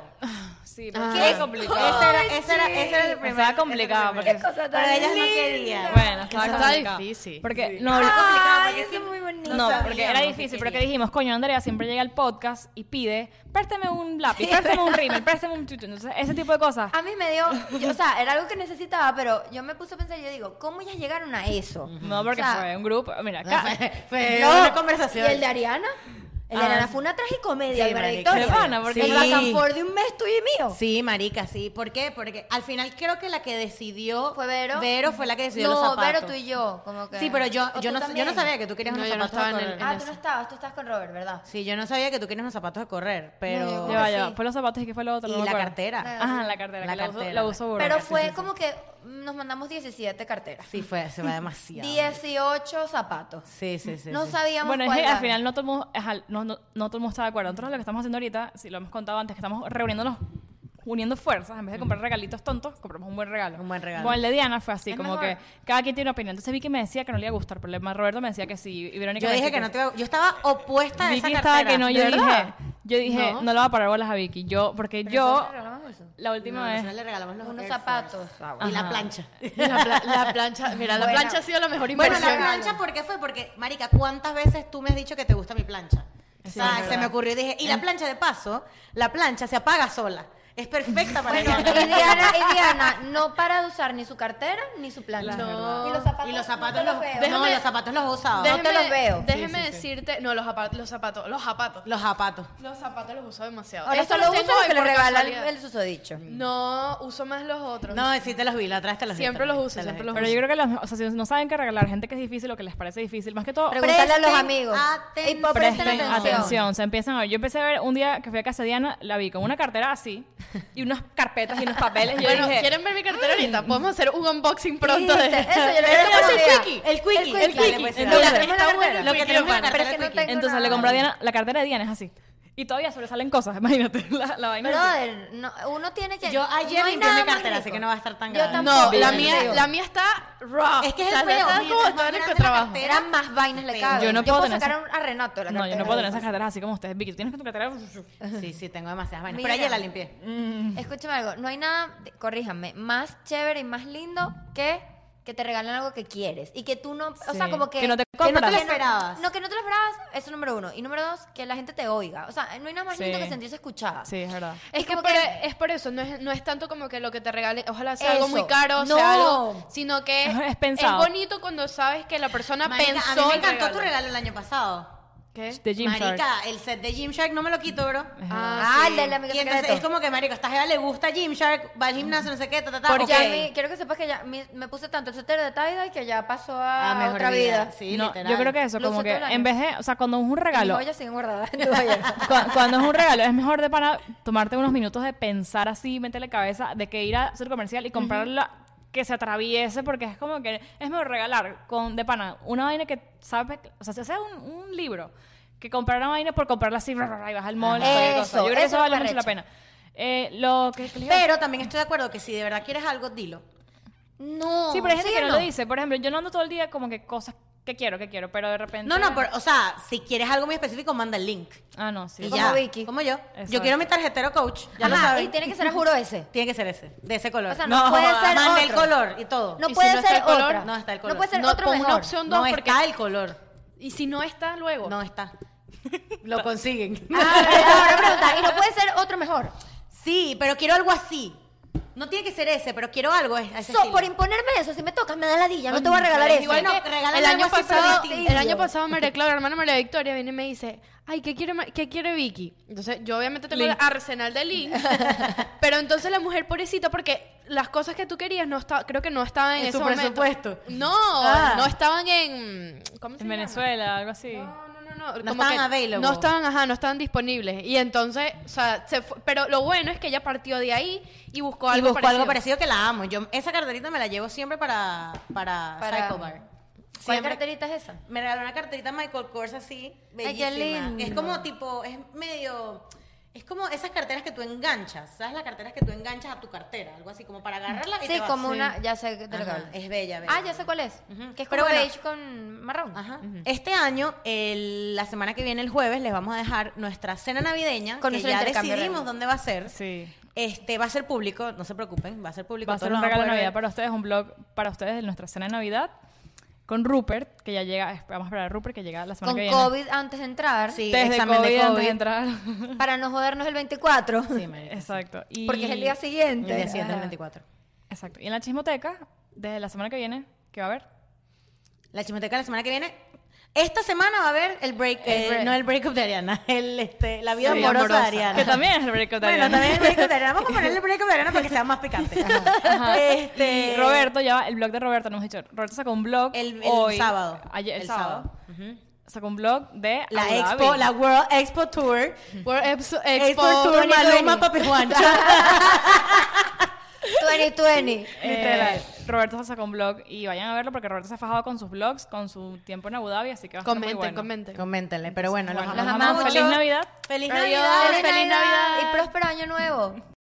Speaker 3: Sí, porque
Speaker 2: ¿Qué?
Speaker 3: es complicado.
Speaker 1: Ah. Ese era, ese era, ese era el primer.
Speaker 3: Estaba complicado,
Speaker 1: ese era el
Speaker 3: porque-
Speaker 1: primer. Pero ellas no querían.
Speaker 3: Bueno,
Speaker 2: Que
Speaker 3: estaba
Speaker 2: eso está
Speaker 3: complicado.
Speaker 2: difícil.
Speaker 3: Porque no, lo-
Speaker 4: Ay, eso es muy bonito.
Speaker 3: No,
Speaker 1: sabíamos
Speaker 3: porque era
Speaker 1: que
Speaker 3: difícil, pero que
Speaker 1: quería.
Speaker 3: dijimos, coño, Andrea siempre llega al podcast y pide, préstame un lápiz, préstame un rímel, préstame un chuchu. Entonces, ese tipo de cosas.
Speaker 1: Ah,
Speaker 4: A mí me dio, yo, o sea, era algo que necesitaba, pero yo me puse a pensar y yo digo, ¿cómo ya llegaron a eso?
Speaker 3: No, porque
Speaker 4: O sea,
Speaker 3: fue un grupo. Mira, acá.
Speaker 1: Fue- Fue
Speaker 4: no.
Speaker 1: una conversación.
Speaker 4: ¿Y el de Ariana? El de
Speaker 3: Ah.
Speaker 4: Ariana fue una tragicomedia,
Speaker 1: Sí,
Speaker 4: María
Speaker 1: marica.
Speaker 4: Victoria.
Speaker 3: Hermana, porque-
Speaker 4: El
Speaker 1: Sí.
Speaker 4: back and forth de un mes tuyo y mío.
Speaker 1: Sí, marica, sí. ¿Por qué? Porque al final creo que la que decidió
Speaker 4: Fue Vero.
Speaker 1: fue la que decidió los
Speaker 4: No,
Speaker 1: zapatos.
Speaker 4: Vero, tú y yo, como que...
Speaker 1: Sí, pero yo,
Speaker 4: O
Speaker 1: yo,
Speaker 4: tú
Speaker 1: no, yo
Speaker 4: también.
Speaker 1: no sabía que tú querías
Speaker 2: No,
Speaker 1: unos
Speaker 2: yo no
Speaker 1: zapatos
Speaker 2: estaba
Speaker 1: de
Speaker 2: en el-
Speaker 1: correr.
Speaker 4: Ah,
Speaker 2: en
Speaker 4: tú no
Speaker 2: eso.
Speaker 4: estabas, tú estás con Robert, ¿verdad?
Speaker 1: Sí, yo no sabía que tú querías unos zapatos de correr, pero...
Speaker 4: yo-
Speaker 3: Ya va, ya va.
Speaker 4: Sí.
Speaker 3: Fue los zapatos y qué fue lo otro.
Speaker 1: y
Speaker 3: No me
Speaker 1: la
Speaker 3: acuerdo.
Speaker 1: cartera.
Speaker 3: Ajá, la cartera.
Speaker 1: La
Speaker 3: que La, uso-
Speaker 1: cartera.
Speaker 3: la uso burda.
Speaker 4: Pero
Speaker 3: Sí,
Speaker 4: fue
Speaker 3: sí, sí.
Speaker 4: como que nos mandamos 17 carteras.
Speaker 1: Sí, fue, se va demasiado.
Speaker 4: 18 zapatos.
Speaker 1: Sí, sí, sí.
Speaker 4: no
Speaker 1: sí.
Speaker 4: sabíamos
Speaker 3: Bueno, es
Speaker 4: cuál
Speaker 3: que al
Speaker 4: era.
Speaker 3: final no todo el mundo, ajá, no, no, no todo el mundo está de acuerdo. Nosotros lo que estamos haciendo ahorita, si lo hemos contado antes, que estamos reuniéndonos, uniendo fuerzas, en vez de comprar regalitos tontos, compramos un buen regalo.
Speaker 1: Un buen regalo.
Speaker 3: Como el de Diana fue así,
Speaker 4: Es
Speaker 3: como
Speaker 4: mejor.
Speaker 3: que cada quien tiene una opinión. Entonces Vicky me decía que no le iba a gustar, pero además Roberto me decía que sí, y Verónica
Speaker 1: Yo
Speaker 3: me
Speaker 1: dije
Speaker 3: decía
Speaker 1: que no te iba a- Yo estaba opuesta a esa
Speaker 3: Vicky
Speaker 1: cartera.
Speaker 3: estaba que no, yo
Speaker 1: ¿De
Speaker 3: dije,
Speaker 1: verdad?
Speaker 3: yo dije, no,
Speaker 2: No.
Speaker 3: le voy a parar bolas a Vicky. Yo, porque
Speaker 4: Pero
Speaker 3: yo,
Speaker 4: nosotros regalamos eso.
Speaker 3: la
Speaker 1: No,
Speaker 3: última vez,
Speaker 1: nosotros le regalamos los pues,
Speaker 4: Unos
Speaker 1: Air
Speaker 4: zapatos.
Speaker 1: Force.
Speaker 4: Ah,
Speaker 1: Y
Speaker 4: bueno.
Speaker 1: la plancha.
Speaker 2: La, pla- la plancha, mira, la
Speaker 4: Bueno.
Speaker 2: plancha ha sido la mejor
Speaker 1: Bueno,
Speaker 2: inversión.
Speaker 1: la plancha, ¿por qué fue? Porque, marica, ¿cuántas veces tú me has dicho que te gusta mi plancha? O sea, se me ocurrió y dije, y la plancha de paso, la plancha se apaga sola. Es perfecta para
Speaker 4: Bueno,
Speaker 1: Diana.
Speaker 4: y Diana, y Diana, Mariana no para de usar ni su cartera ni su plancha.
Speaker 2: No.
Speaker 4: Y los zapatos.
Speaker 1: Y los zapatos
Speaker 4: no
Speaker 1: los,
Speaker 4: te los veo.
Speaker 1: no,
Speaker 2: Déjame-
Speaker 1: los zapatos los he usado.
Speaker 4: Déjame- te los veo.
Speaker 2: Déjeme
Speaker 1: Sí, sí, sí.
Speaker 2: decirte. No, los zapatos, los zapatos, los zapatos.
Speaker 1: Los zapatos.
Speaker 2: Los zapatos los uso demasiado.
Speaker 4: Ahora
Speaker 2: Estos
Speaker 4: solo
Speaker 2: los
Speaker 4: uso
Speaker 2: tengo
Speaker 4: los que
Speaker 2: hoy
Speaker 4: le
Speaker 2: por
Speaker 4: regala el,
Speaker 2: casualidad.
Speaker 4: el susodicho.
Speaker 2: No, uso más los otros.
Speaker 1: No, sí te los vi, la otra vez te los vi,
Speaker 2: Siempre
Speaker 1: te
Speaker 2: los
Speaker 1: vi,
Speaker 2: uso,
Speaker 1: te
Speaker 2: siempre
Speaker 1: vi.
Speaker 2: los
Speaker 3: Pero yo creo que los, o sea, si no saben que regalar gente que es difícil o que les parece difícil, más que todo,
Speaker 1: Pre-
Speaker 4: Pregúntale a los
Speaker 1: Presten
Speaker 4: amigos.
Speaker 1: atención.
Speaker 4: Y po- presten
Speaker 3: presten
Speaker 4: atención.
Speaker 3: atención. Se empiezan a ver. Yo empecé a ver un día que fui a casa de Diana, la vi con una cartera así y unas carpetas y unos papeles. Y yo
Speaker 2: bueno,
Speaker 3: dije,
Speaker 2: ¿quieren ver mi cartera ahorita? Podemos hacer un unboxing pronto de
Speaker 1: este,
Speaker 4: Dijiste, Eso yo lo he
Speaker 1: Pero
Speaker 4: visto
Speaker 1: es
Speaker 4: por
Speaker 1: el
Speaker 4: olvidar.
Speaker 1: quickie, el quickie, el
Speaker 4: Dale,
Speaker 1: quickie.
Speaker 4: pues,
Speaker 1: Entonces,
Speaker 4: dale.
Speaker 2: está
Speaker 4: Está bueno.
Speaker 1: Lo que
Speaker 2: Quiero
Speaker 1: tenemos en la
Speaker 4: Pero es
Speaker 1: cartera
Speaker 4: que
Speaker 1: es
Speaker 4: no
Speaker 1: Twiki.
Speaker 4: tengo
Speaker 3: Entonces
Speaker 4: nada.
Speaker 3: le compró a Diana, la cartera de Diana es así. Y todavía sobresalen cosas, imagínate. La, la vaina así.
Speaker 4: Brother, no, uno tiene que.
Speaker 1: Yo ayer
Speaker 4: no hay
Speaker 1: limpié
Speaker 4: nada
Speaker 1: mi
Speaker 4: más
Speaker 1: cartera,
Speaker 4: rico.
Speaker 1: así que no va a estar tan
Speaker 4: Yo
Speaker 1: grave.
Speaker 2: No,
Speaker 4: tampoco,
Speaker 2: la
Speaker 4: yo
Speaker 2: mía,
Speaker 4: digo.
Speaker 2: la mía está raw.
Speaker 1: Es que es
Speaker 2: O sea,
Speaker 1: el feo.
Speaker 2: está
Speaker 1: mientras
Speaker 2: como
Speaker 1: más
Speaker 2: todo en
Speaker 1: grande la
Speaker 2: trabajo.
Speaker 1: cartera,
Speaker 4: Eran más vainas le
Speaker 1: Peor.
Speaker 4: caben.
Speaker 3: Yo no puedo tener
Speaker 4: sacar
Speaker 3: esa-
Speaker 4: un- a Renato la
Speaker 3: No,
Speaker 4: cartera. Pues,
Speaker 3: yo no puedo tener esas carteras así como ustedes. Vicky, tú tienes que tu cartera.
Speaker 1: Sí, sí, tengo demasiadas vainas.
Speaker 4: Mira.
Speaker 1: Pero ayer la limpié.
Speaker 4: Escúchame algo, no hay nada, corríjame, más chévere y más lindo que que te regalen algo que quieres y que tú no, o sea,
Speaker 3: Sí,
Speaker 4: como que
Speaker 3: que no te
Speaker 1: Que no te
Speaker 3: compras.
Speaker 1: lo
Speaker 4: que no-
Speaker 1: esperabas.
Speaker 4: No, que no te lo esperabas, eso número uno. Y número dos, que la gente te oiga. O sea, no hay nada más
Speaker 3: Sí.
Speaker 4: lindo que sentirse escuchada.
Speaker 3: Sí, es verdad.
Speaker 2: Es que,
Speaker 4: como
Speaker 2: por- e,
Speaker 4: que-
Speaker 2: es por eso, no es, no es tanto como que lo que te regalen, ojalá sea algo
Speaker 4: Eso,
Speaker 2: muy caro,
Speaker 4: no.
Speaker 2: sea algo, sino que
Speaker 3: Es pensado.
Speaker 2: bonito cuando sabes que la persona
Speaker 1: Marica,
Speaker 2: pensó
Speaker 1: a mí me
Speaker 2: el
Speaker 1: encantó
Speaker 2: regalo.
Speaker 1: tu regalo el año pasado.
Speaker 2: ¿Qué?
Speaker 3: De Gymshark.
Speaker 1: Marica, el set de Gymshark no me lo quito, bro.
Speaker 4: Ah, el del amigo
Speaker 1: Y entonces
Speaker 4: secreto.
Speaker 1: es como que, marico, esta jeva le gusta Gymshark, va al gimnasio, no sé qué, ta, ta, ta.
Speaker 4: Porque
Speaker 1: ok.
Speaker 4: a mí, quiero que sepas que ya mi- me puse tanto el suéter de tie que ya pasó a,
Speaker 1: Ah, mejor
Speaker 4: otra vida.
Speaker 1: Sí,
Speaker 3: No,
Speaker 1: literal.
Speaker 3: yo creo que eso,
Speaker 4: Lo
Speaker 3: como
Speaker 4: usé
Speaker 3: que
Speaker 4: todo el año.
Speaker 3: en vez de, o sea, cuando es un regalo,
Speaker 4: Mis joyas siguen guardadas en tu joyera.
Speaker 3: Cu- Cuando es un regalo, es mejor de para tomarte unos minutos de pensar así, meterle cabeza, de que ir al centro comercial y comprarla que se atraviese, porque es como que es mejor regalar con de pana una vaina que sabe, o sea, si sea un, un libro, que comprar una vaina por comprarla así, ra, ra, ra, y vas al mall,
Speaker 4: Ajá.
Speaker 3: cualquier cosa.
Speaker 4: Eso,
Speaker 3: Yo creo que
Speaker 4: eso
Speaker 3: eso vale
Speaker 4: está
Speaker 3: mucho la
Speaker 4: recho.
Speaker 3: pena. Eh, lo que, que le iba a
Speaker 1: Pero también estoy de acuerdo que si de verdad quieres algo, dilo.
Speaker 4: No.
Speaker 3: Sí, pero hay gente
Speaker 4: ¿sí
Speaker 3: que
Speaker 4: o
Speaker 3: no lo dice. Por ejemplo, yo no ando todo el día como que cosas que quiero, que quiero, pero de repente.
Speaker 1: No, no, pero, o sea, si quieres algo muy específico, manda el link.
Speaker 3: Ah, no, sí.
Speaker 1: Y
Speaker 4: Como
Speaker 1: ya.
Speaker 4: Vicky.
Speaker 1: Como yo. Yo
Speaker 3: Exacto.
Speaker 1: quiero mi tarjetero coach, ya lo
Speaker 4: Ajá,
Speaker 1: sabes.
Speaker 4: y tiene que ser a juro ese.
Speaker 1: Tiene que ser ese, de ese color.
Speaker 4: O sea, no puede ser
Speaker 1: Manda el
Speaker 4: otro.
Speaker 1: color y todo.
Speaker 4: No
Speaker 2: ¿Y si
Speaker 4: puede
Speaker 2: no está
Speaker 4: ser
Speaker 2: el color?
Speaker 4: otra.
Speaker 1: No está el color.
Speaker 4: No puede ser
Speaker 2: No,
Speaker 4: otro
Speaker 2: pon una
Speaker 4: mejor.
Speaker 2: opción dos
Speaker 1: No
Speaker 2: porque
Speaker 1: está el color.
Speaker 2: y si no está luego.
Speaker 1: No está. Lo consiguen.
Speaker 4: Ah, pero ahora pregunta, ¿y no puede ser otro mejor?
Speaker 1: Sí, pero quiero algo así. No tiene que ser ese, pero quiero algo a ese
Speaker 4: So,
Speaker 1: estilo.
Speaker 4: por imponerme eso, si me tocas, me da la dilla, no te voy a regalar eso.
Speaker 2: Igual
Speaker 1: No,
Speaker 2: que
Speaker 1: regálame
Speaker 2: el
Speaker 1: algo
Speaker 2: año
Speaker 1: así, pero
Speaker 2: pasado,
Speaker 1: distinto.
Speaker 2: el año pasado María Clara, hermana María Victoria, viene y me dice, ay, ¿qué quiere, Ma- qué quiere Vicky? Entonces, yo obviamente tengo el arsenal de Link, pero entonces la mujer pobrecita, porque las cosas que tú querías no estaba, creo que no estaban en,
Speaker 1: En
Speaker 2: ese
Speaker 1: su
Speaker 2: momento.
Speaker 1: presupuesto.
Speaker 2: No,
Speaker 1: Ah.
Speaker 2: no estaban en, ¿cómo se
Speaker 3: En
Speaker 2: llama?
Speaker 3: Venezuela, algo así.
Speaker 2: No, no, no, no.
Speaker 1: No estaban available.
Speaker 2: No estaban, ajá, no estaban disponibles. Y entonces, o sea, se fue- pero lo bueno es que ella partió de ahí y buscó
Speaker 1: y
Speaker 2: algo
Speaker 1: busco
Speaker 2: parecido.
Speaker 1: algo parecido que la amo. Yo esa carterita me la llevo siempre para para,
Speaker 4: Para-
Speaker 1: Psycho Bar.
Speaker 4: ¿Cuál
Speaker 1: Siempre
Speaker 4: carterita es esa?
Speaker 1: me regaló una carterita Michael Kors así,
Speaker 4: Ay,
Speaker 1: bellísima.
Speaker 4: qué lindo.
Speaker 1: Es como tipo, es medio es como esas carteras que tú enganchas, ¿sabes? Las carteras que tú enganchas a tu cartera, algo así como para agarrarla y te
Speaker 4: Sí,
Speaker 1: vas.
Speaker 4: como una, ya sé de lo que
Speaker 1: Ajá,
Speaker 4: hablas.
Speaker 1: es bella, bella.
Speaker 4: Ah, ya sé cuál es.
Speaker 1: Ujú.
Speaker 4: Que es
Speaker 1: Pero
Speaker 4: como
Speaker 1: bueno.
Speaker 4: beige con marrón.
Speaker 1: Ajá. Este año, el- la semana que viene, el jueves, les vamos a dejar nuestra cena navideña.
Speaker 4: Con
Speaker 1: que
Speaker 4: nuestro
Speaker 1: ya
Speaker 4: intercambio de
Speaker 1: decidimos
Speaker 4: regalos.
Speaker 1: dónde va a ser.
Speaker 3: Sí.
Speaker 1: Este va a ser público, no se preocupen, va a ser público.
Speaker 3: Va a
Speaker 1: todos
Speaker 3: ser
Speaker 1: lo
Speaker 3: un
Speaker 1: van
Speaker 3: regalo de
Speaker 1: poder
Speaker 3: Navidad
Speaker 1: ver.
Speaker 3: para ustedes, un blog para ustedes de nuestra cena de Navidad con Rupert, que ya llega, esp- vamos a esperar a Rupert que llega la semana
Speaker 4: Con
Speaker 3: que viene.
Speaker 4: COVID antes de entrar.
Speaker 1: Sí,
Speaker 3: Test de
Speaker 1: examen
Speaker 3: COVID
Speaker 1: de
Speaker 3: antes
Speaker 1: COVID.
Speaker 3: de entrar.
Speaker 4: Para no jodernos el 24.
Speaker 1: Sí, marica,
Speaker 3: Exacto. Y,
Speaker 4: Porque es el día
Speaker 1: El
Speaker 4: siguiente.
Speaker 1: día siguiente, el
Speaker 4: Ajá.
Speaker 1: 24.
Speaker 3: Exacto. Y en la chismoteca, desde la semana que viene, ¿qué va a haber?
Speaker 1: La chismoteca la semana que viene. Esta semana va a haber el break, eh,
Speaker 2: break.
Speaker 1: no el breakup de Ariana, el, este, la vida
Speaker 2: Sí,
Speaker 1: amorosa, de
Speaker 2: amorosa.
Speaker 1: Ariana.
Speaker 3: Que también es el breakout de
Speaker 1: Bueno,
Speaker 3: Ariana.
Speaker 1: también el breakup de Ariana. Vamos a ponerle el breakup de Ariana para que sea más picante. Este,
Speaker 3: Y Roberto, ya va- el blog de Roberto, no hemos dicho. Roberto sacó un blog
Speaker 1: El, el
Speaker 3: hoy,
Speaker 1: sábado.
Speaker 3: ayer- el,
Speaker 1: El
Speaker 3: sábado.
Speaker 1: sábado.
Speaker 3: Sacó un blog de
Speaker 1: la
Speaker 3: Abu Dhabi.
Speaker 1: expo, la World Expo Tour.
Speaker 2: World Expo,
Speaker 1: Expo,
Speaker 2: Expo
Speaker 1: Tour,
Speaker 2: 2020.
Speaker 1: Maluma, Papi Juancha.
Speaker 4: 2020.
Speaker 3: Eh, Roberto sacó un blog y vayan a verlo porque Roberto se ha fajado con sus blogs, con su tiempo en Abu Dhabi, así que va a estar muy
Speaker 2: Comenten,
Speaker 3: bueno.
Speaker 2: comenten.
Speaker 1: Coméntenle, pero bueno, los
Speaker 3: Bueno,
Speaker 1: amamos.
Speaker 4: amamos.
Speaker 1: mucho.
Speaker 3: Feliz Navidad.
Speaker 1: Feliz
Speaker 2: Adiós.
Speaker 1: Navidad.
Speaker 4: ¡Feliz
Speaker 2: Feliz
Speaker 4: Navidad!
Speaker 2: Navidad.
Speaker 4: Y próspero año nuevo.